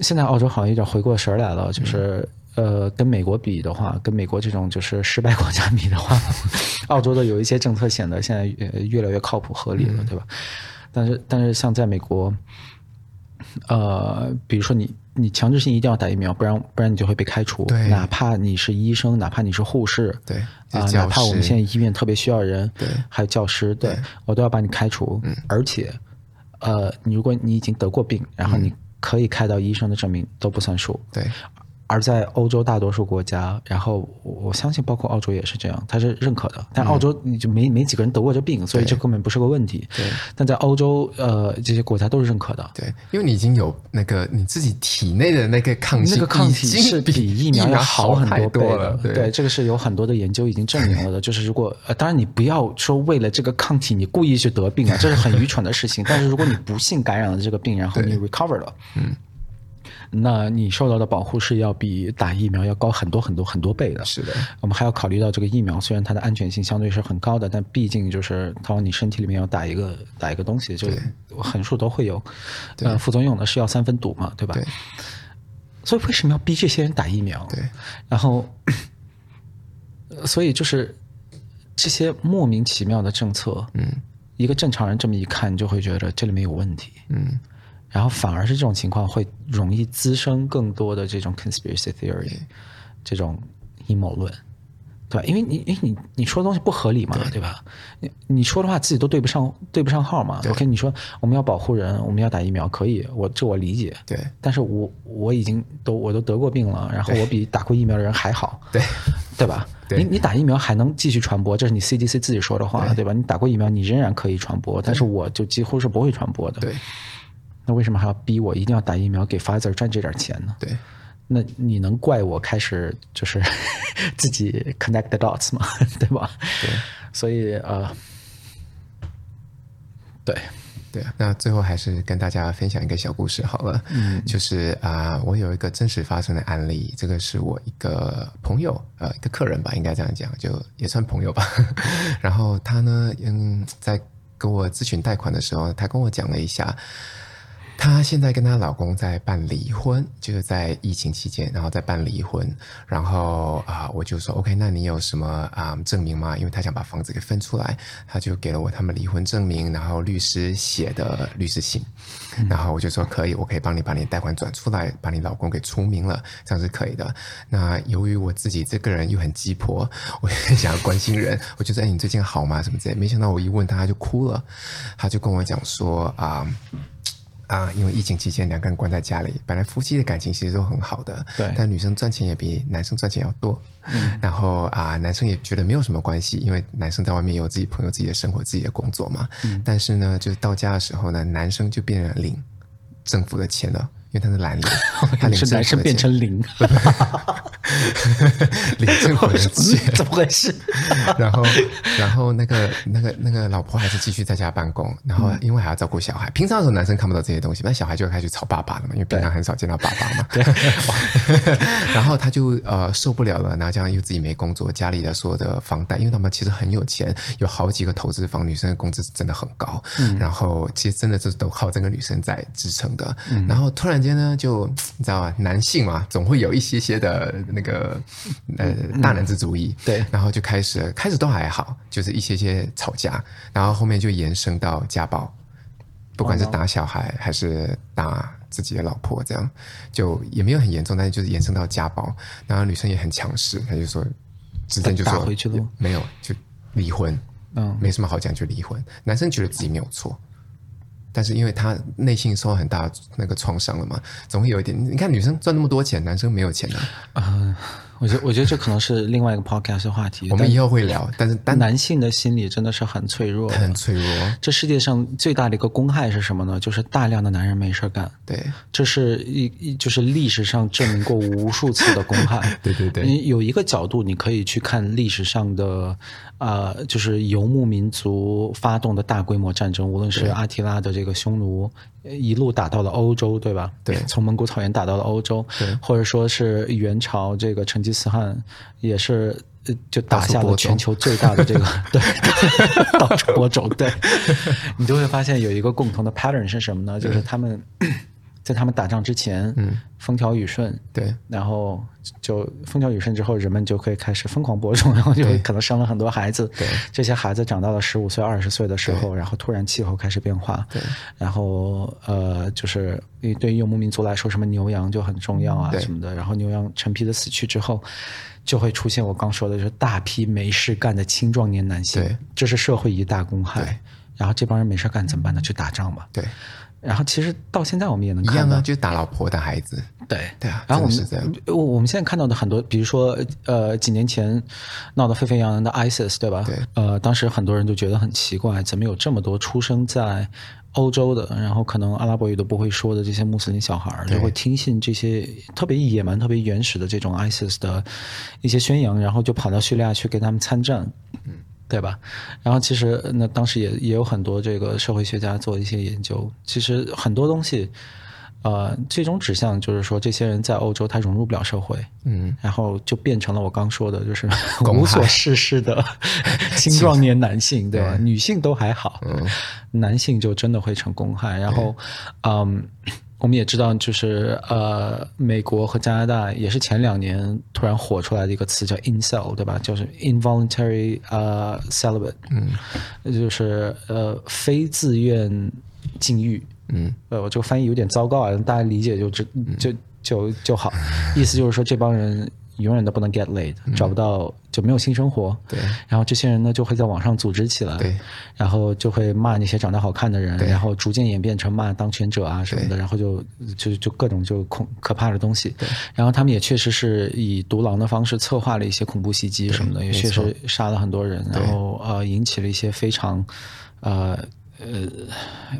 现在澳洲好像有点回过神儿来了，就是、
嗯
呃，跟美国比的话，跟美国这种就是失败国家比的话， <laughs> 澳洲的有一些政策显得现在呃越来越靠谱合理
嗯
了，对吧？但是但是像在美国，呃，比如说你你强制性一定要打疫苗，不然不然你就会被开除，
对
哪怕你是医生，哪怕你是护士，
对
啊、
教
哪怕我们
师
现在医院特别需要人，
对
还有教师，对
对嗯
我都要把你开除，而且，呃，你如果你已经得过病，然后
嗯
你可以开到医生的证明都不算数，
对
而在欧洲大多数国家，然后我我相信包括澳洲也是这样，它是认可的。
嗯
但澳洲你就没、没几个人得过这病，所以这根本不是个问题。但在欧洲，呃，这些国家都是认可的。
对，因为你已经有那个你自己体内的那个抗性，
那个抗体
已经
是比疫
苗
苗要
好
很
太
倍
多
的
了，，
对，这个是有很多的研究已经证明了的。就是如果呃，当然你不要说为了这个抗体你故意去得病啊，这是很愚蠢的事情。但是如果你不幸感染了这个病，然后你 recover 了，嗯，那你受到的保护是要比打疫苗要高很多很多很多倍的。
是的，
我们还要考虑到这个疫苗，虽然它的安全性相对是很高的，但毕竟就是它往你身体里面要打一个打一个东西，就横竖都会有，呃，副作用的是要三分毒嘛，对吧？
对
所以为什么要逼这些人打疫苗？
对，
然后，呃所以就是这些莫名其妙的政策，嗯，一个正常人这么一看就会觉得这里面有问题，
嗯，
然后反而是这种情况会容易滋生更多的这种 conspiracy theory，这种阴谋论，对吧？因为你，因为你你说的东西不合理嘛，对吧？你你说的话自己都对不上对不上号嘛。OK，你说我们要保护人，我们要打疫苗，可以，我这我理解，
对
但是我我已经都我都得过病了，然后我比打过疫苗的人还好，
对
对吧？
对
你你打疫苗还能继续传播，这是你 CDC 自己说的话，对吧？你打过疫苗，你仍然可以传播，但是我就几乎是不会传播的。
对
那为什么还要逼我一定要打疫苗给 Pfizer 赚这点钱呢？
对
那你能怪我开始就是 <laughs> 自己 connect the dots 吗？ <laughs> 对吧？对，所以呃，对，
对啊，那最后还是跟大家分享一个小故事好了。嗯，就是啊、我有一个真实发生的案例，这个是我一个朋友，呃，一个客人吧，应该这样讲，就也算朋友吧。 <laughs> 然后他呢，嗯，在跟我咨询贷款的时候，他跟我讲了一下，她现在跟她老公在办离婚，就是在疫情期间，然后在办离婚。然后啊、我就说 OK，那你有什么啊、证明吗？因为她想把房子给分出来，她就给了我他们离婚证明，然后律师写的律师信。然后我就说可以，我可以帮你把你贷款转出来，把你老公给除名了，这样是可以的。那由于我自己这个人又很鸡婆，我也很想要关心人，我就说哎，你最近好吗？什么之类的。没想到我一问她，她就哭了，她就跟我讲说啊。啊，因为疫情期间两个人关在家里，本来夫妻的感情其实都很好的，
对嗯
但女生赚钱也比男生赚钱要多，然后啊，男生也觉得没有什么关系，因为男生在外面有自己朋友、自己的生活、自己的工作嘛。
嗯
但是呢，就是到家的时候呢，男生就变成领政府的钱了，因为他是
<laughs>
蓝领，他领
是
政
男
府
生
的
变
钱，
成零，
领政府
<laughs> 我
的
说
钱，
嗯怎么回事？
然后，然后那个那个那个老婆还是继续在家办公，然后因为还要照顾小孩。平常的时候男生看不到这些东西，那小孩就会开始吵爸爸了嘛，因为平常很少见到爸爸嘛。 <laughs> 然后他就呃受不了了，然后这样又自己没工作，家里的所有的房贷，因为他们其实很有钱，有好几个投资房，女生的工资真的很高。然后其实真的是都靠这个女生在支撑的。然后突然间呢，就你知道吗？男性嘛，总会有一些些的那个呃大男子主义。
对
然后就开始了开始都还好，就是一些些吵架，然后后面就延伸到家暴，不管是打小孩还是打自己的老婆，这样就也没有很严重，但是就是延伸到家暴，然后女生也很强势，她就说直接就
打
说
打回去了吗
没有就离婚，
嗯，
没什么好讲，就离婚。男生觉得自己没有错，但是因为他内心受到很大的那个创伤了嘛，总会有一点。你看女生赚那么多钱，男生没有钱啊，
啊，我觉我觉得这可能是另外一个 podcast 的话题。
我们以后会聊，但是单
男性的心理真的是很脆弱，
很脆弱。
这世界上最大的一个公害是什么呢？就是大量的男人没事干。
对，
这是一一就是历史上证明过无数次的公害。
对对对，
你有一个角度，你可以去看历史上的啊、呃，就是游牧民族发动的大规模战争，无论是阿提拉的这个匈奴。呃一路打到了欧洲，对吧？
对，
从蒙古草原打到了欧洲，或者说是元朝这个成吉思汗也是呃就打下了全球最大的这个对， <laughs> 到处播种。对，你就会发现有一个共同的 pattern 是什么呢？就是他们 <coughs> 在他们打仗之前，
嗯，
风调雨顺，
对，
然后就风调雨顺之后，人们就可以开始疯狂播种，然后就可能生了很多孩子。
对，
这些孩子长到了十五岁、二十岁的时候，然后突然气候开始变化，
对，
然后呃，就是因为对于游牧民族来说，什么牛羊就很重要啊
对
什么的。然后牛羊成批的死去之后，就会出现我刚说的，就是大批没事干的青壮年男性
对，
这是社会一大公
对
害。然后这帮人没事干怎么办呢？去打仗吧。
对，
然后其实到现在我们也能
一
看
样
到
啊，，就是打老婆打孩子，
对
对啊
然后我
真的是这样
们我我们现在看到的很多，比如说呃几年前闹得沸沸扬扬的 ISIS，对吧？
对
呃，当时很多人就觉得很奇怪，怎么有这么多出生在欧洲的，然后可能阿拉伯语都不会说的这些穆斯林小孩儿，
对
就会听信这些特别野蛮、特别原始的这种 ISIS 的一些宣扬，然后就跑到叙利亚去跟他们参战。对吧？然后其实呃那当时也也有很多这个社会学家做一些研究，其实很多东西，呃，最终指向就是说，这些人在欧洲他融入不了社会，
嗯，
然后就变成了我刚说的，就是
公害
无所事事的 <laughs> 青壮年男性，对吧？女性都还好，男性就真的会成公害。然后，嗯。我们也知道，就是呃，美国和加拿大也是前两年突然火出来的一个词叫 “incel”，对吧？就是 involuntary 呃 celibate，嗯，就是呃非自愿禁欲，
嗯，
呃，我这个翻译有点糟糕啊，大家理解就知就就就好。意思就是说，这帮人永远都不能 get laid，找不到就没有性生活。
对
然后这些人呢，就会在网上组织起来，
对，
然后就会骂那些长得好看的人，然后逐渐演变成骂当权者啊什么
嗯
的，然后就就就各种就恐可怕的东西。然后他们也确实是以独狼的方式策划了一些恐怖袭击什么的，也确实杀了很多人，然后呃引起了一些非常呃。呃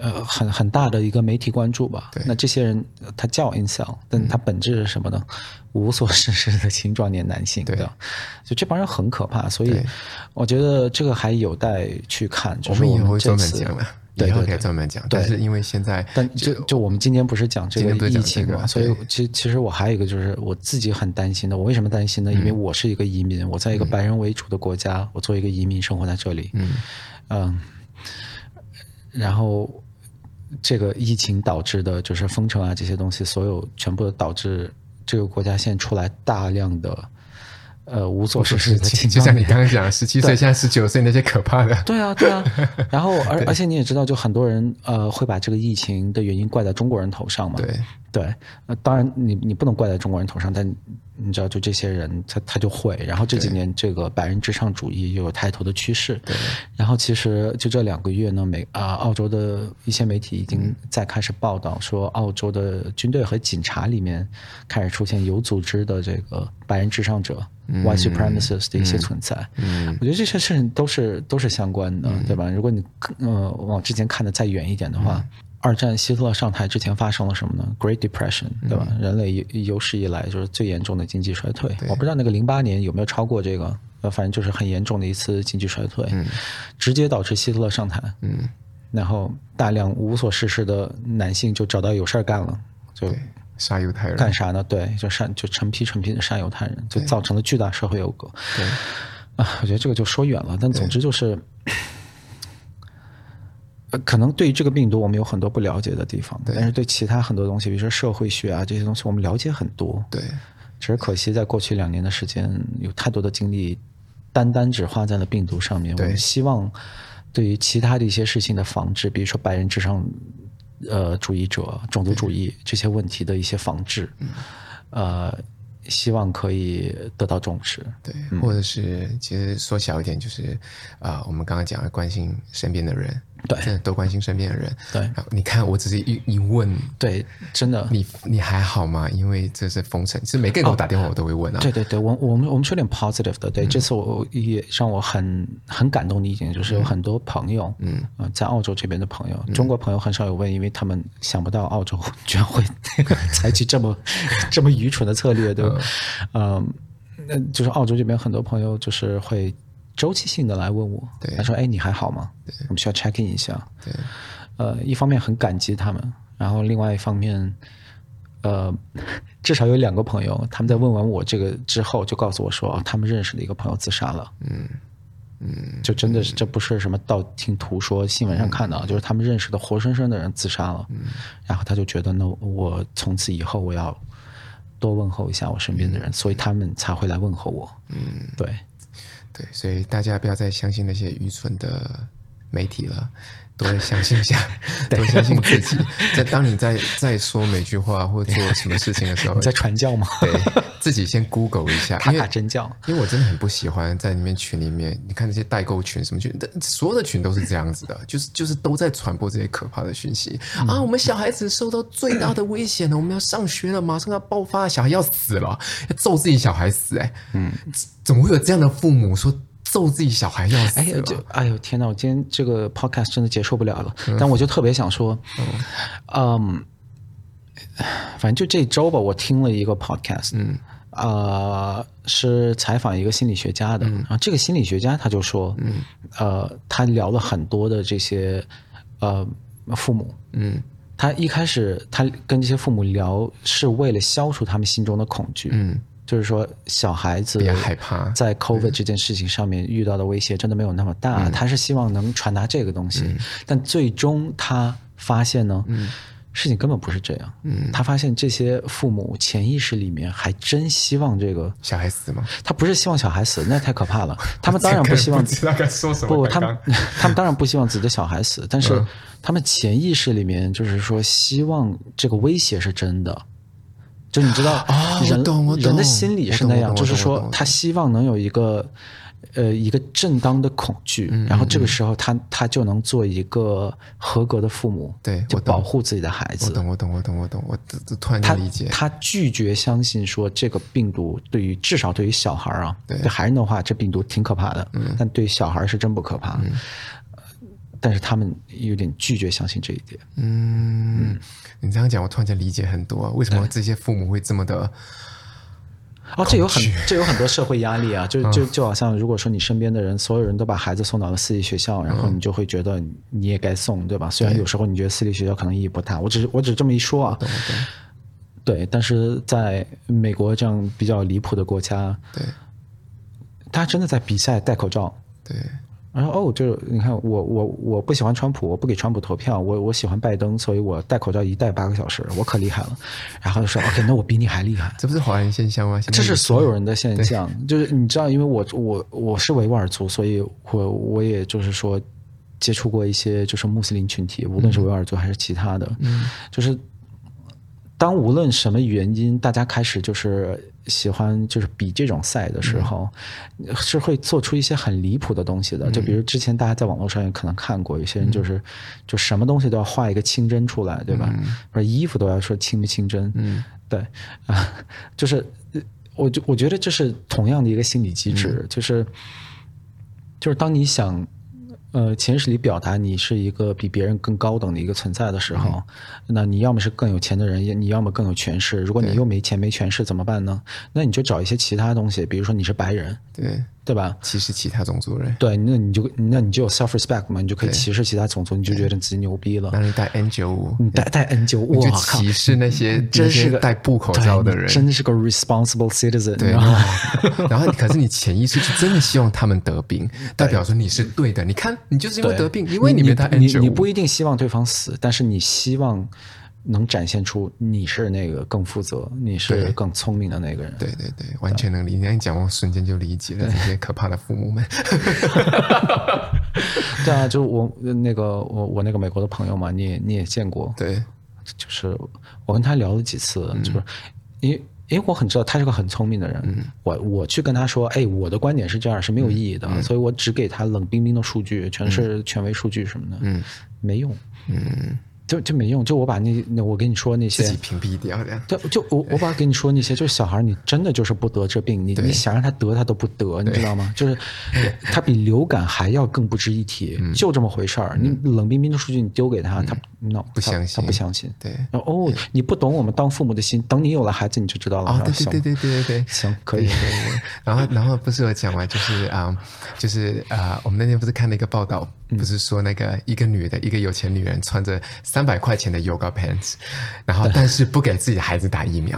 呃，很很大的一个媒体关注吧。那这些人呃他叫 incel，但
嗯
他本质是什么呢？无所事事的青壮年男性，
对
吧？就这帮人很可怕，所以
对
我觉得这个还有待去看。就
我
是
们以后
们
会
这
专门
次，
讲了，
对
以后
对
可以
对
专门讲，
对
但是因为现在
但就就我们今天不是讲这
今天不
个
是讲
疫
这
情嘛，
个
所以其其实我还有一个就是我自己很担心的。我为什么担心呢？因为
嗯
我是一个移民，我在一个白人为主的国家，我作为一个移民生活在这里，嗯然后这个疫情导致的就是封城啊这些东西，所有全部都导致这个国家现在出来大量的呃无所事事的
就
青
就
壮
像
年
你刚刚讲，十七岁现在十九岁那些可怕的，
对啊，对
<laughs>
啊。然后，而而且你也知道，就很多人呃会把这个疫情的原因怪在中国人头上嘛。
对
对，呃，当然你你不能怪在中国人头上，但你知道，就这些人他他就会。然后这几年这个白人至上主义又有抬头的趋势。对。然后其实就这两个月呢，美啊、澳洲的一些媒体已经在开始报道说，澳洲的军队和警察里面开始出现有组织的这个白人至上者。white supremacists 的一些存在，嗯，我觉得这些事情都是都是相关的，对吧？如果你呃往之前看的再远一点的话，二战希特勒上台之前发生了什么呢？Great Depression，对吧？人类有有史以来就是最严重的经济衰退，我不知道那个零八年有没有超过这个，呃，反正就是很严重的一次经济衰退，直接导致希特勒上台，嗯，然后大量无所事事的男性就找到有事儿干了，就
对，杀犹太人
干，啥呢？对，就杀就成批成批的杀犹太人，就造成了巨大社会讴歌。
对
啊，我觉得这个就说远了，但总之就是，呃可能对于这个病毒我们有很多不了解的地方，但是对其他很多东西，比如说社会学啊这些东西，我们了解很多。
对
只是可惜在过去两年的时间，有太多的精力单单只花在了病毒上面。我
对
们希望对于其他的一些事情的防治，比如说白人至上呃主义者、种族主义这些问题的一些防治，呃，希望可以得到重视。
对，
嗯
或者是其实缩小一点，就是啊、呃我们刚刚讲的关心身边的人，
对
真的多关心身边的人。
对
然后你看，我只是一一问，
对，真的，
你你还好吗？因为这是封城，其实每
哦
个人给我打电话，我都会问啊。
对对对，我我们我们是有点 positive 的。对，这次我也让我很很感动的一点就是有很多朋友，嗯、在澳洲这边的朋友，中国朋友很少有问，因为他们想不到澳洲居然会 <laughs> 采取这么 <laughs> 这么愚蠢的策略，对吧？嗯，那、就是澳洲这边很多朋友就是会周期性的来问我，
对
他说：“哎，你还好吗？我们需要 check in 一下。”
对
呃，一方面很感激他们，然后另外一方面，呃， <laughs> 至少有两个朋友，他们在问完我这个之后，就告诉我说，哦，他们认识的一个朋友自杀了。嗯嗯，就真的是这不是什么道听途说，新闻上看到，就是他们认识的活生生的人自杀了。嗯，然后他就觉得，那我从此以后我要多问候一下我身边的人，所以他们才会来问候我。嗯，对。
对，所以大家不要再相信那些愚蠢的媒体了，多相信一
<laughs>
下，多相信自己。在当你在在说每句话或做什么事情的时候
你，在传教吗？
对自己先 Google 一
<laughs>
下，
塔
因
塔
为
真教。
因为我真的很不喜欢在里面群里面，你看那些代购群什么群，但所有的群都是这样子的， <laughs> 就是就是都在传播这些可怕的讯息、
嗯
啊！我们小孩子受到最大的危险了，我们要上学了，马上要爆发了，小孩要死了，要揍自己小孩死、哎，嗯，怎么会有这样的父母说揍自己小孩要死啊
哎呦，
了？
就哎呦天哪！我今天这个 podcast 真的结束不了了，
嗯
但我就特别想说，嗯，反正就这周吧，我听了一个 podcast，嗯，呃，是采访一个心理学家
嗯
的，然后这个心理学家他就说，嗯，呃，他聊了很多的这些呃父母，
嗯
他一开始他跟这些父母聊是为了消除他们心中的恐惧，
嗯，
就是说小孩子
别害怕
在 COVID 这件事情上面遇到的威胁真的没有那么大。他是希望能传达这个东西，但最终他发现呢，事情根本不是这样。他发现这些父母潜意识里面还真希望这个，
小孩死吗？
他不是希望小孩死，那太可怕了。他们当然不
<laughs>
希望
不知道该说什么。
不，他
刚
们
刚嗯
<laughs> 他们当然不希望自己的小孩死，但是他们潜意识里面就是说，希望这个威胁是真的。就你知道
啊，我
人
懂我懂
人的心理是
我
那
懂我
样，
懂
就是
我懂
说
我懂
他希望能有一个呃一个正当的恐惧，
嗯
然后这个时候他他就能做一个合格的父母，
对
就
我懂
保护自己的孩
我
子。
懂我懂我懂我懂，我突突然就
他
理解。
他拒绝相信说这个病毒对于至少对于小孩儿啊，
对嗯
孩人的话，这病毒挺可怕的，但对于小孩儿是真不可怕。呃但是他们有点拒绝相信这一点，
嗯，你这样讲，我突然间理解很多，为什么这些父母会这么的。
哦，这有很这有很多社会压力啊，
嗯
就就就好像如果说你身边的人，所有人都把孩子送到了私立学校，然后你就会觉得你也该送，对吧？虽然有时候你觉得私立学校可能意义不大，我只是我只是这么一说啊。对，但是在美国这样比较离谱的国家，
对
大家真的在比赛戴口罩。
对，
然后哦，就是你看我我我不喜欢川普，我不给川普投票，我我喜欢拜登，所以我戴口罩一戴八个小时，我可厉害了。然后就说 OK，那我比你还厉害。
这不是华人现象吗？现在
啊这是所有人的现象，就是你知道，因为我我我是维吾尔族，所以我我也就是说接触过一些就是穆斯林群体，无论是维吾尔族还是其他的，就是当无论什么原因，大家开始就是喜欢就是比这种赛的时候，是会做出一些很离谱的东西的。就比如之前大家在网络上也可能看过，有些人就是就什么东西都要画一个清真出来，对吧？或者衣服都要说清不清真，嗯，对 <laughs> 啊，就是呃我就我觉得这是同样的一个心理机制，就是就是当你想。呃，潜意识里表达你是一个比别人更高等的一个存在的时
嗯
候，那你要么是更有钱的人，也你要么更有权势。如果你又没钱没权势怎么办呢？那你就找一些其他东西，比如说你是白人，
对
对吧？
歧视其他种族人。
对，那你就那你就有 self respect 嘛，你就可以歧视其他种族，你就觉得自己牛逼了
那。你戴 N 九五，
你嗯戴戴 N 九，
你
我
就
靠，嗯
歧视那些
真是
那些
个
戴布口罩的
对
人
你。真是个 responsible citizen，你
对
知道吗，
<laughs> 然后可是你潜意识是真的希望他们得病，代表说你是对的。你看，你就是因为
对
得病， <laughs> 因为
你
没戴
你
N
你
九
你
五
不。一定希望对方死，但是你希望能展现出你是那个更负责，你是
对
更聪明的那个人。
对对对，完全能理解。你讲，我瞬间就理解了这些可怕的父母们。
<laughs> 对啊，就我那个我我那个美国的朋友嘛，你也你也见过，
对，
就是我跟他聊了几次，就是因为因为我很知道他是个很聪明的人，我我去跟他说，哎，我的观点是这样是没有意义的，所以我只给他冷冰冰的数据，全是权威数据什么的，嗯，没用，嗯，就就没用，就我把那那我跟你说那些
自己屏蔽掉的。
对，就我我把跟你说那些，就是小孩，你真的就是不得这病，你你想让他得他都不得，你知道吗？就是他比流感还要更不值一提，
嗯
就这么回事儿。你冷冰冰的数据你丢给他，他 no
不相
他
信
不相信。
对
然后哦，你不懂我们当父母的心，等你有了孩子你就知道了。
哦，
然后
对对对对对对对，
行可以
对对对然后然后不是有讲嘛，就是啊、就是啊、我们那天不是看了一个报道，
嗯
不是说那个一个女的，一个有钱女人穿着三百块钱的 yoga pants，然后但是不给自己的孩子打疫苗。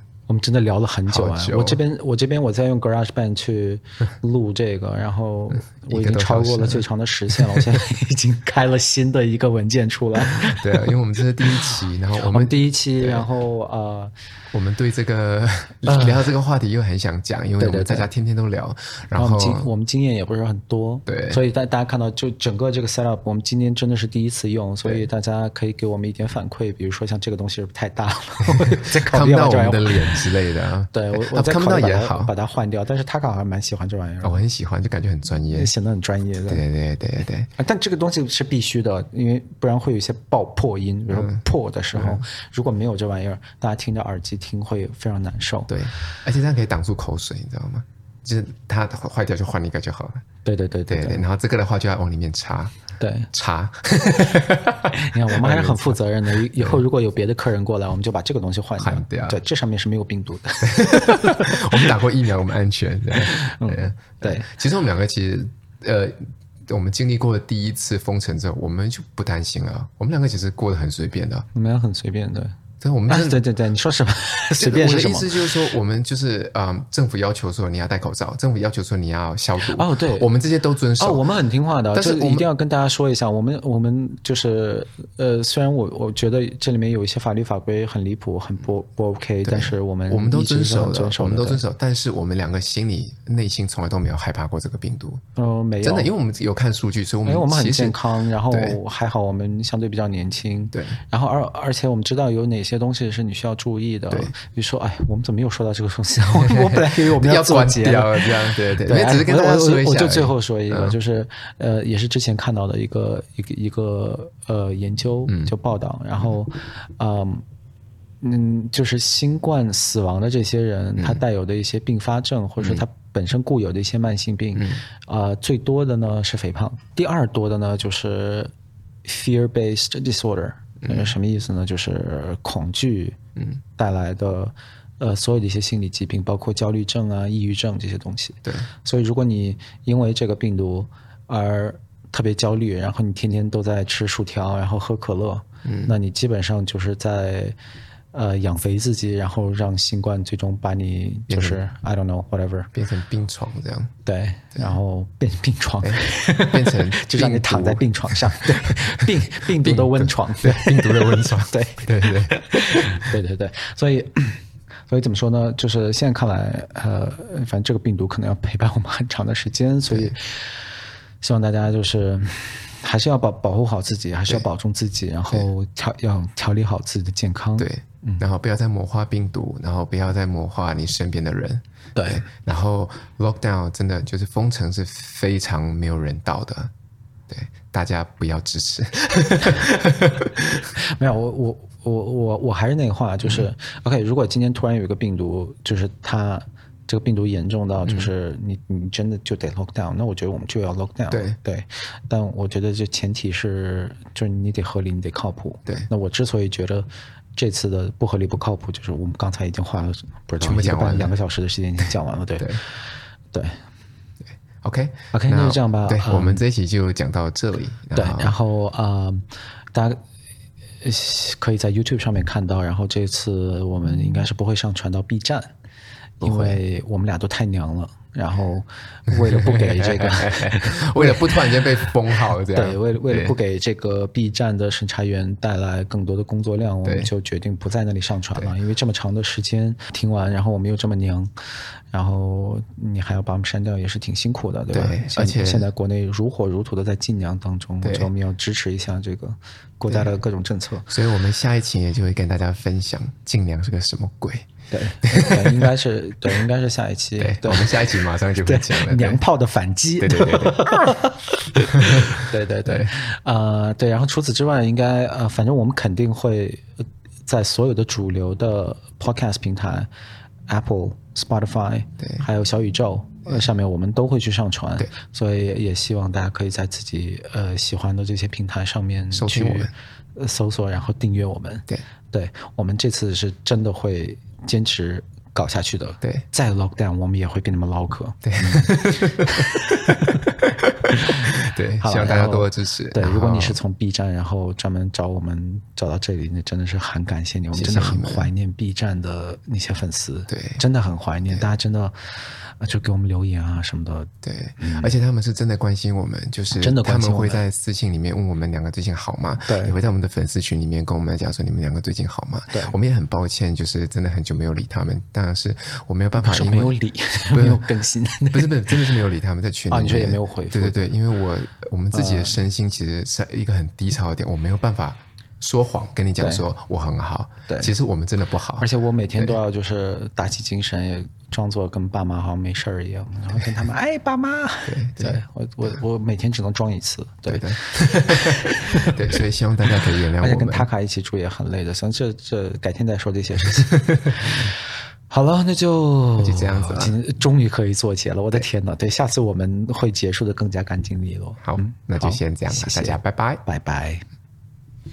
我们真的聊了很久啊！
好久
我这边我这边我在用 GarageBand 去录这
<laughs>
个，然后我已
一个
经
多
超
小时
过了最长的时限了，我
<laughs>
现在已经开了新的一个文件出来。
对啊，因为我们这是第一期，然后我
我
们
们第一期，然后呃，
我们对这个 <laughs> 聊这个话题又很想讲，因为我
对
们
对
大家天天都聊，然
然后
后
我们经我们经验也不是很多，
对
所以大大家看到就整个这个 setup，我们今天真的是第一次用，所以大家可以给我们一点反馈，比如说像这个东西是不是
<laughs>
太大了，我再考
看
虑
不
要
到我
这玩
们
意
的
儿。
脸之类的啊。
<laughs> 对我
啊，
我再
看不
考
到
虑把
也
它
好，
把它换掉，但是他好像蛮喜欢这玩意
啊
儿，
我很喜欢，就感觉很专业。
显得很专业的。
对对对对对，
啊，但这个东西是必须的，因为不然会有一些爆破音，比如
嗯
说破的时候，如果没有这玩意儿，大家听着耳机听会非常难受。
对，而且这样可以挡住口水，你知道吗？就是它坏掉就换一个就好了。
对对对
对
对
对，然后这个的话就要往里面插
对，
插， <laughs>
你看我们还是很负责任的，以以后如果有别的客人过来，我们就把这个东西换掉。
换掉
对，这上面是没有病毒的。 <laughs>
我们打过疫苗，我们安全。对，对
嗯对，
其实我们两个其实呃，我们经历过第一次封城之后，我们就不担心了。我们两个其实过得很随便的，
你们很随便的。
对，我们
啊
真，的
对对对，你说
<laughs>
什么？随便
我
是
的
什
意
么
思？就是说，我们就是嗯，政府要求说你要戴口罩，政府要求说你要消毒。
哦对
我们这些都遵
哦，
守。
我们很听话的，
但是
就
我
一
们
定要跟大家说一下，我们我们就是呃，虽然我我觉得这里面有一些法律法规很离谱，很不不 OK，但是我们
我们都
一直
遵
是
守
很
了，
遵守
我们都
的
遵守，但是我们两个心里内心从来都没有害怕过这个病毒，
呃，没有，
真的，因为我们有看数据，所以我
因为
们
我们很
其实
健康，然后
对
还好我们相对比较年轻，
对。
然后而而且我们知道有哪些东西是你需要注意的，
对
比如说，哎，我们怎么又说到这个东
<laughs>
西？我我本来以为我们
要
做
关
节
掉
了。
了这样，对对，
对，
没有只是跟大家
我
说一下而已。嗯
我我就最后说一个，就是呃，也是之前看到的一个一个一个呃研究
嗯
就报道，然后嗯嗯，就是新冠死亡的这些人，他带有的一些并发症，或
嗯
者说他本身固有的一些慢性病，呃，最多的呢是肥胖，第二多的呢就是 fear-based disorder，呃，什么意思呢？就是恐惧带来的。呃，所有的一些心理疾病，包括焦虑症啊、抑郁症这些东西。
对
所以，如果你因为这个病毒而特别焦虑，然后你天天都在吃薯条，然后喝可乐，那你基本上就是在呃养肥自己，然后让新冠最终把你就是 I don't know whatever
变成病床这
<laughs>
样，
对，然后变病床， <laughs>
变成
就让你
病毒
躺在病床上，对，病病毒的温床，，
对病毒的温床
对
对对对，
对对对，所以所以怎么说呢？就是现在看来，呃，反正这个病毒可能要陪伴我们很长的时间，所以希望大家就是还是要保保护好自己，还是要保重自己，然后调要调理好自己的健康。
对，
嗯
然后不要再魔化病毒，然后不要再魔化你身边的人。
对，
然后 lockdown 真的就是封城是非常没有人道的，对，大家不要支
<laughs>
持。
没有，我我我我我还是那个话，就是、OK。
嗯
如果今天突然有一个病毒，就是它这个病毒严重到
嗯
就是你、你真的就得 lock down，那我觉得我们就要 lock down
对
但我觉得这前提是，就是你得合理，你得靠谱。
对
那我之所以觉得。这次的不合理不靠谱，就是我们刚才已经花了不知道
全部
一个
讲完
半
了
两个小时的时间已经讲完了，对
对
对
OK
OK，那就这样吧
对、
嗯
我们这一期就讲到这里。
对
然后，
然后呃，大家呃可以在 YouTube 上面看到，然后这次我们应该是不会上传到 B 站，因为我们俩都太娘了。然后为了不给这 <laughs> 个
<laughs> 为了不突然间被封号，这样
对，为了为了不给这个 B 站的审查员带来更多的工作量，我们就决定不在那里上传了。因为这么长的时间听完，然后我们又这么娘，然后你还要把我们删掉，也是挺辛苦的，对吧？
对而且
现在国内如火如荼的在禁娘当中，我觉得我们要支持一下这个国家的各种政策。
所以我们下一期也就会跟大家分享禁娘是个什么鬼。
对,对，应该是对，应该是下一
<laughs>
期。
对，对我们下一期马上就会讲了。
娘炮的反击。
对对对对，
<laughs> 对对对，呃，对。然后除此之外，应该呃，反正我们肯定会呃在所有的主流的 podcast 平台，Apple、Spotify，
对，
还有小宇宙。呃，上面我们都会去上传，
对，
所以也希望大家可以在自己呃喜欢的这些平台上面
搜
去
我们，
呃搜索，然后订阅我们。
对，
对我们这次是真的会坚持搞下去的。
对，
再 lock down 我们也会跟你们唠嗑。
对，
<laughs>
对，希望大家多多支持。
对，如果你是从 B 站，然后专门找我们找到这里，那真的是很感谢你，我们真的很怀念 B 站的那些粉丝，
对，
真的很怀念，大家真的呃就给我们。留言啊什么的，
对，而且他们是真的关心我们，就是
真的
他们会在私信里面问我们两个最近好吗？
对，
也会在我们的粉丝群里面跟我们讲说你们两个最近好吗？
对，
我们也很抱歉，就是真的很久没有理他们，当然是我没有办法，
没有 <laughs> 理，没有更新，
<laughs>
<laughs>
不是不是，真的是没有理他们在群里面，
你说也没有回复，嗯
对对对，因为我我们自己的身心其实是一个很低潮的点，我没有办法。说谎跟你讲说我很好，
对，
其实我们真的不好。
而且我每天都要就是打起精神，也装作跟爸妈好像没事儿一样，然后跟他 <laughs> 们哎爸妈，
对，
对我我我每天只能装一次，对
的， <laughs> 对，所以希望大家可以原谅我们。
跟塔卡一起住也很累的，像这这改天再说这些事
<laughs>
情。好了，那就
就这样子了，
终于可以做结了。我的天呐，对，下次我们会结束的更加干净利落。嗯
好，那就先这样了，大家拜拜，
拜拜。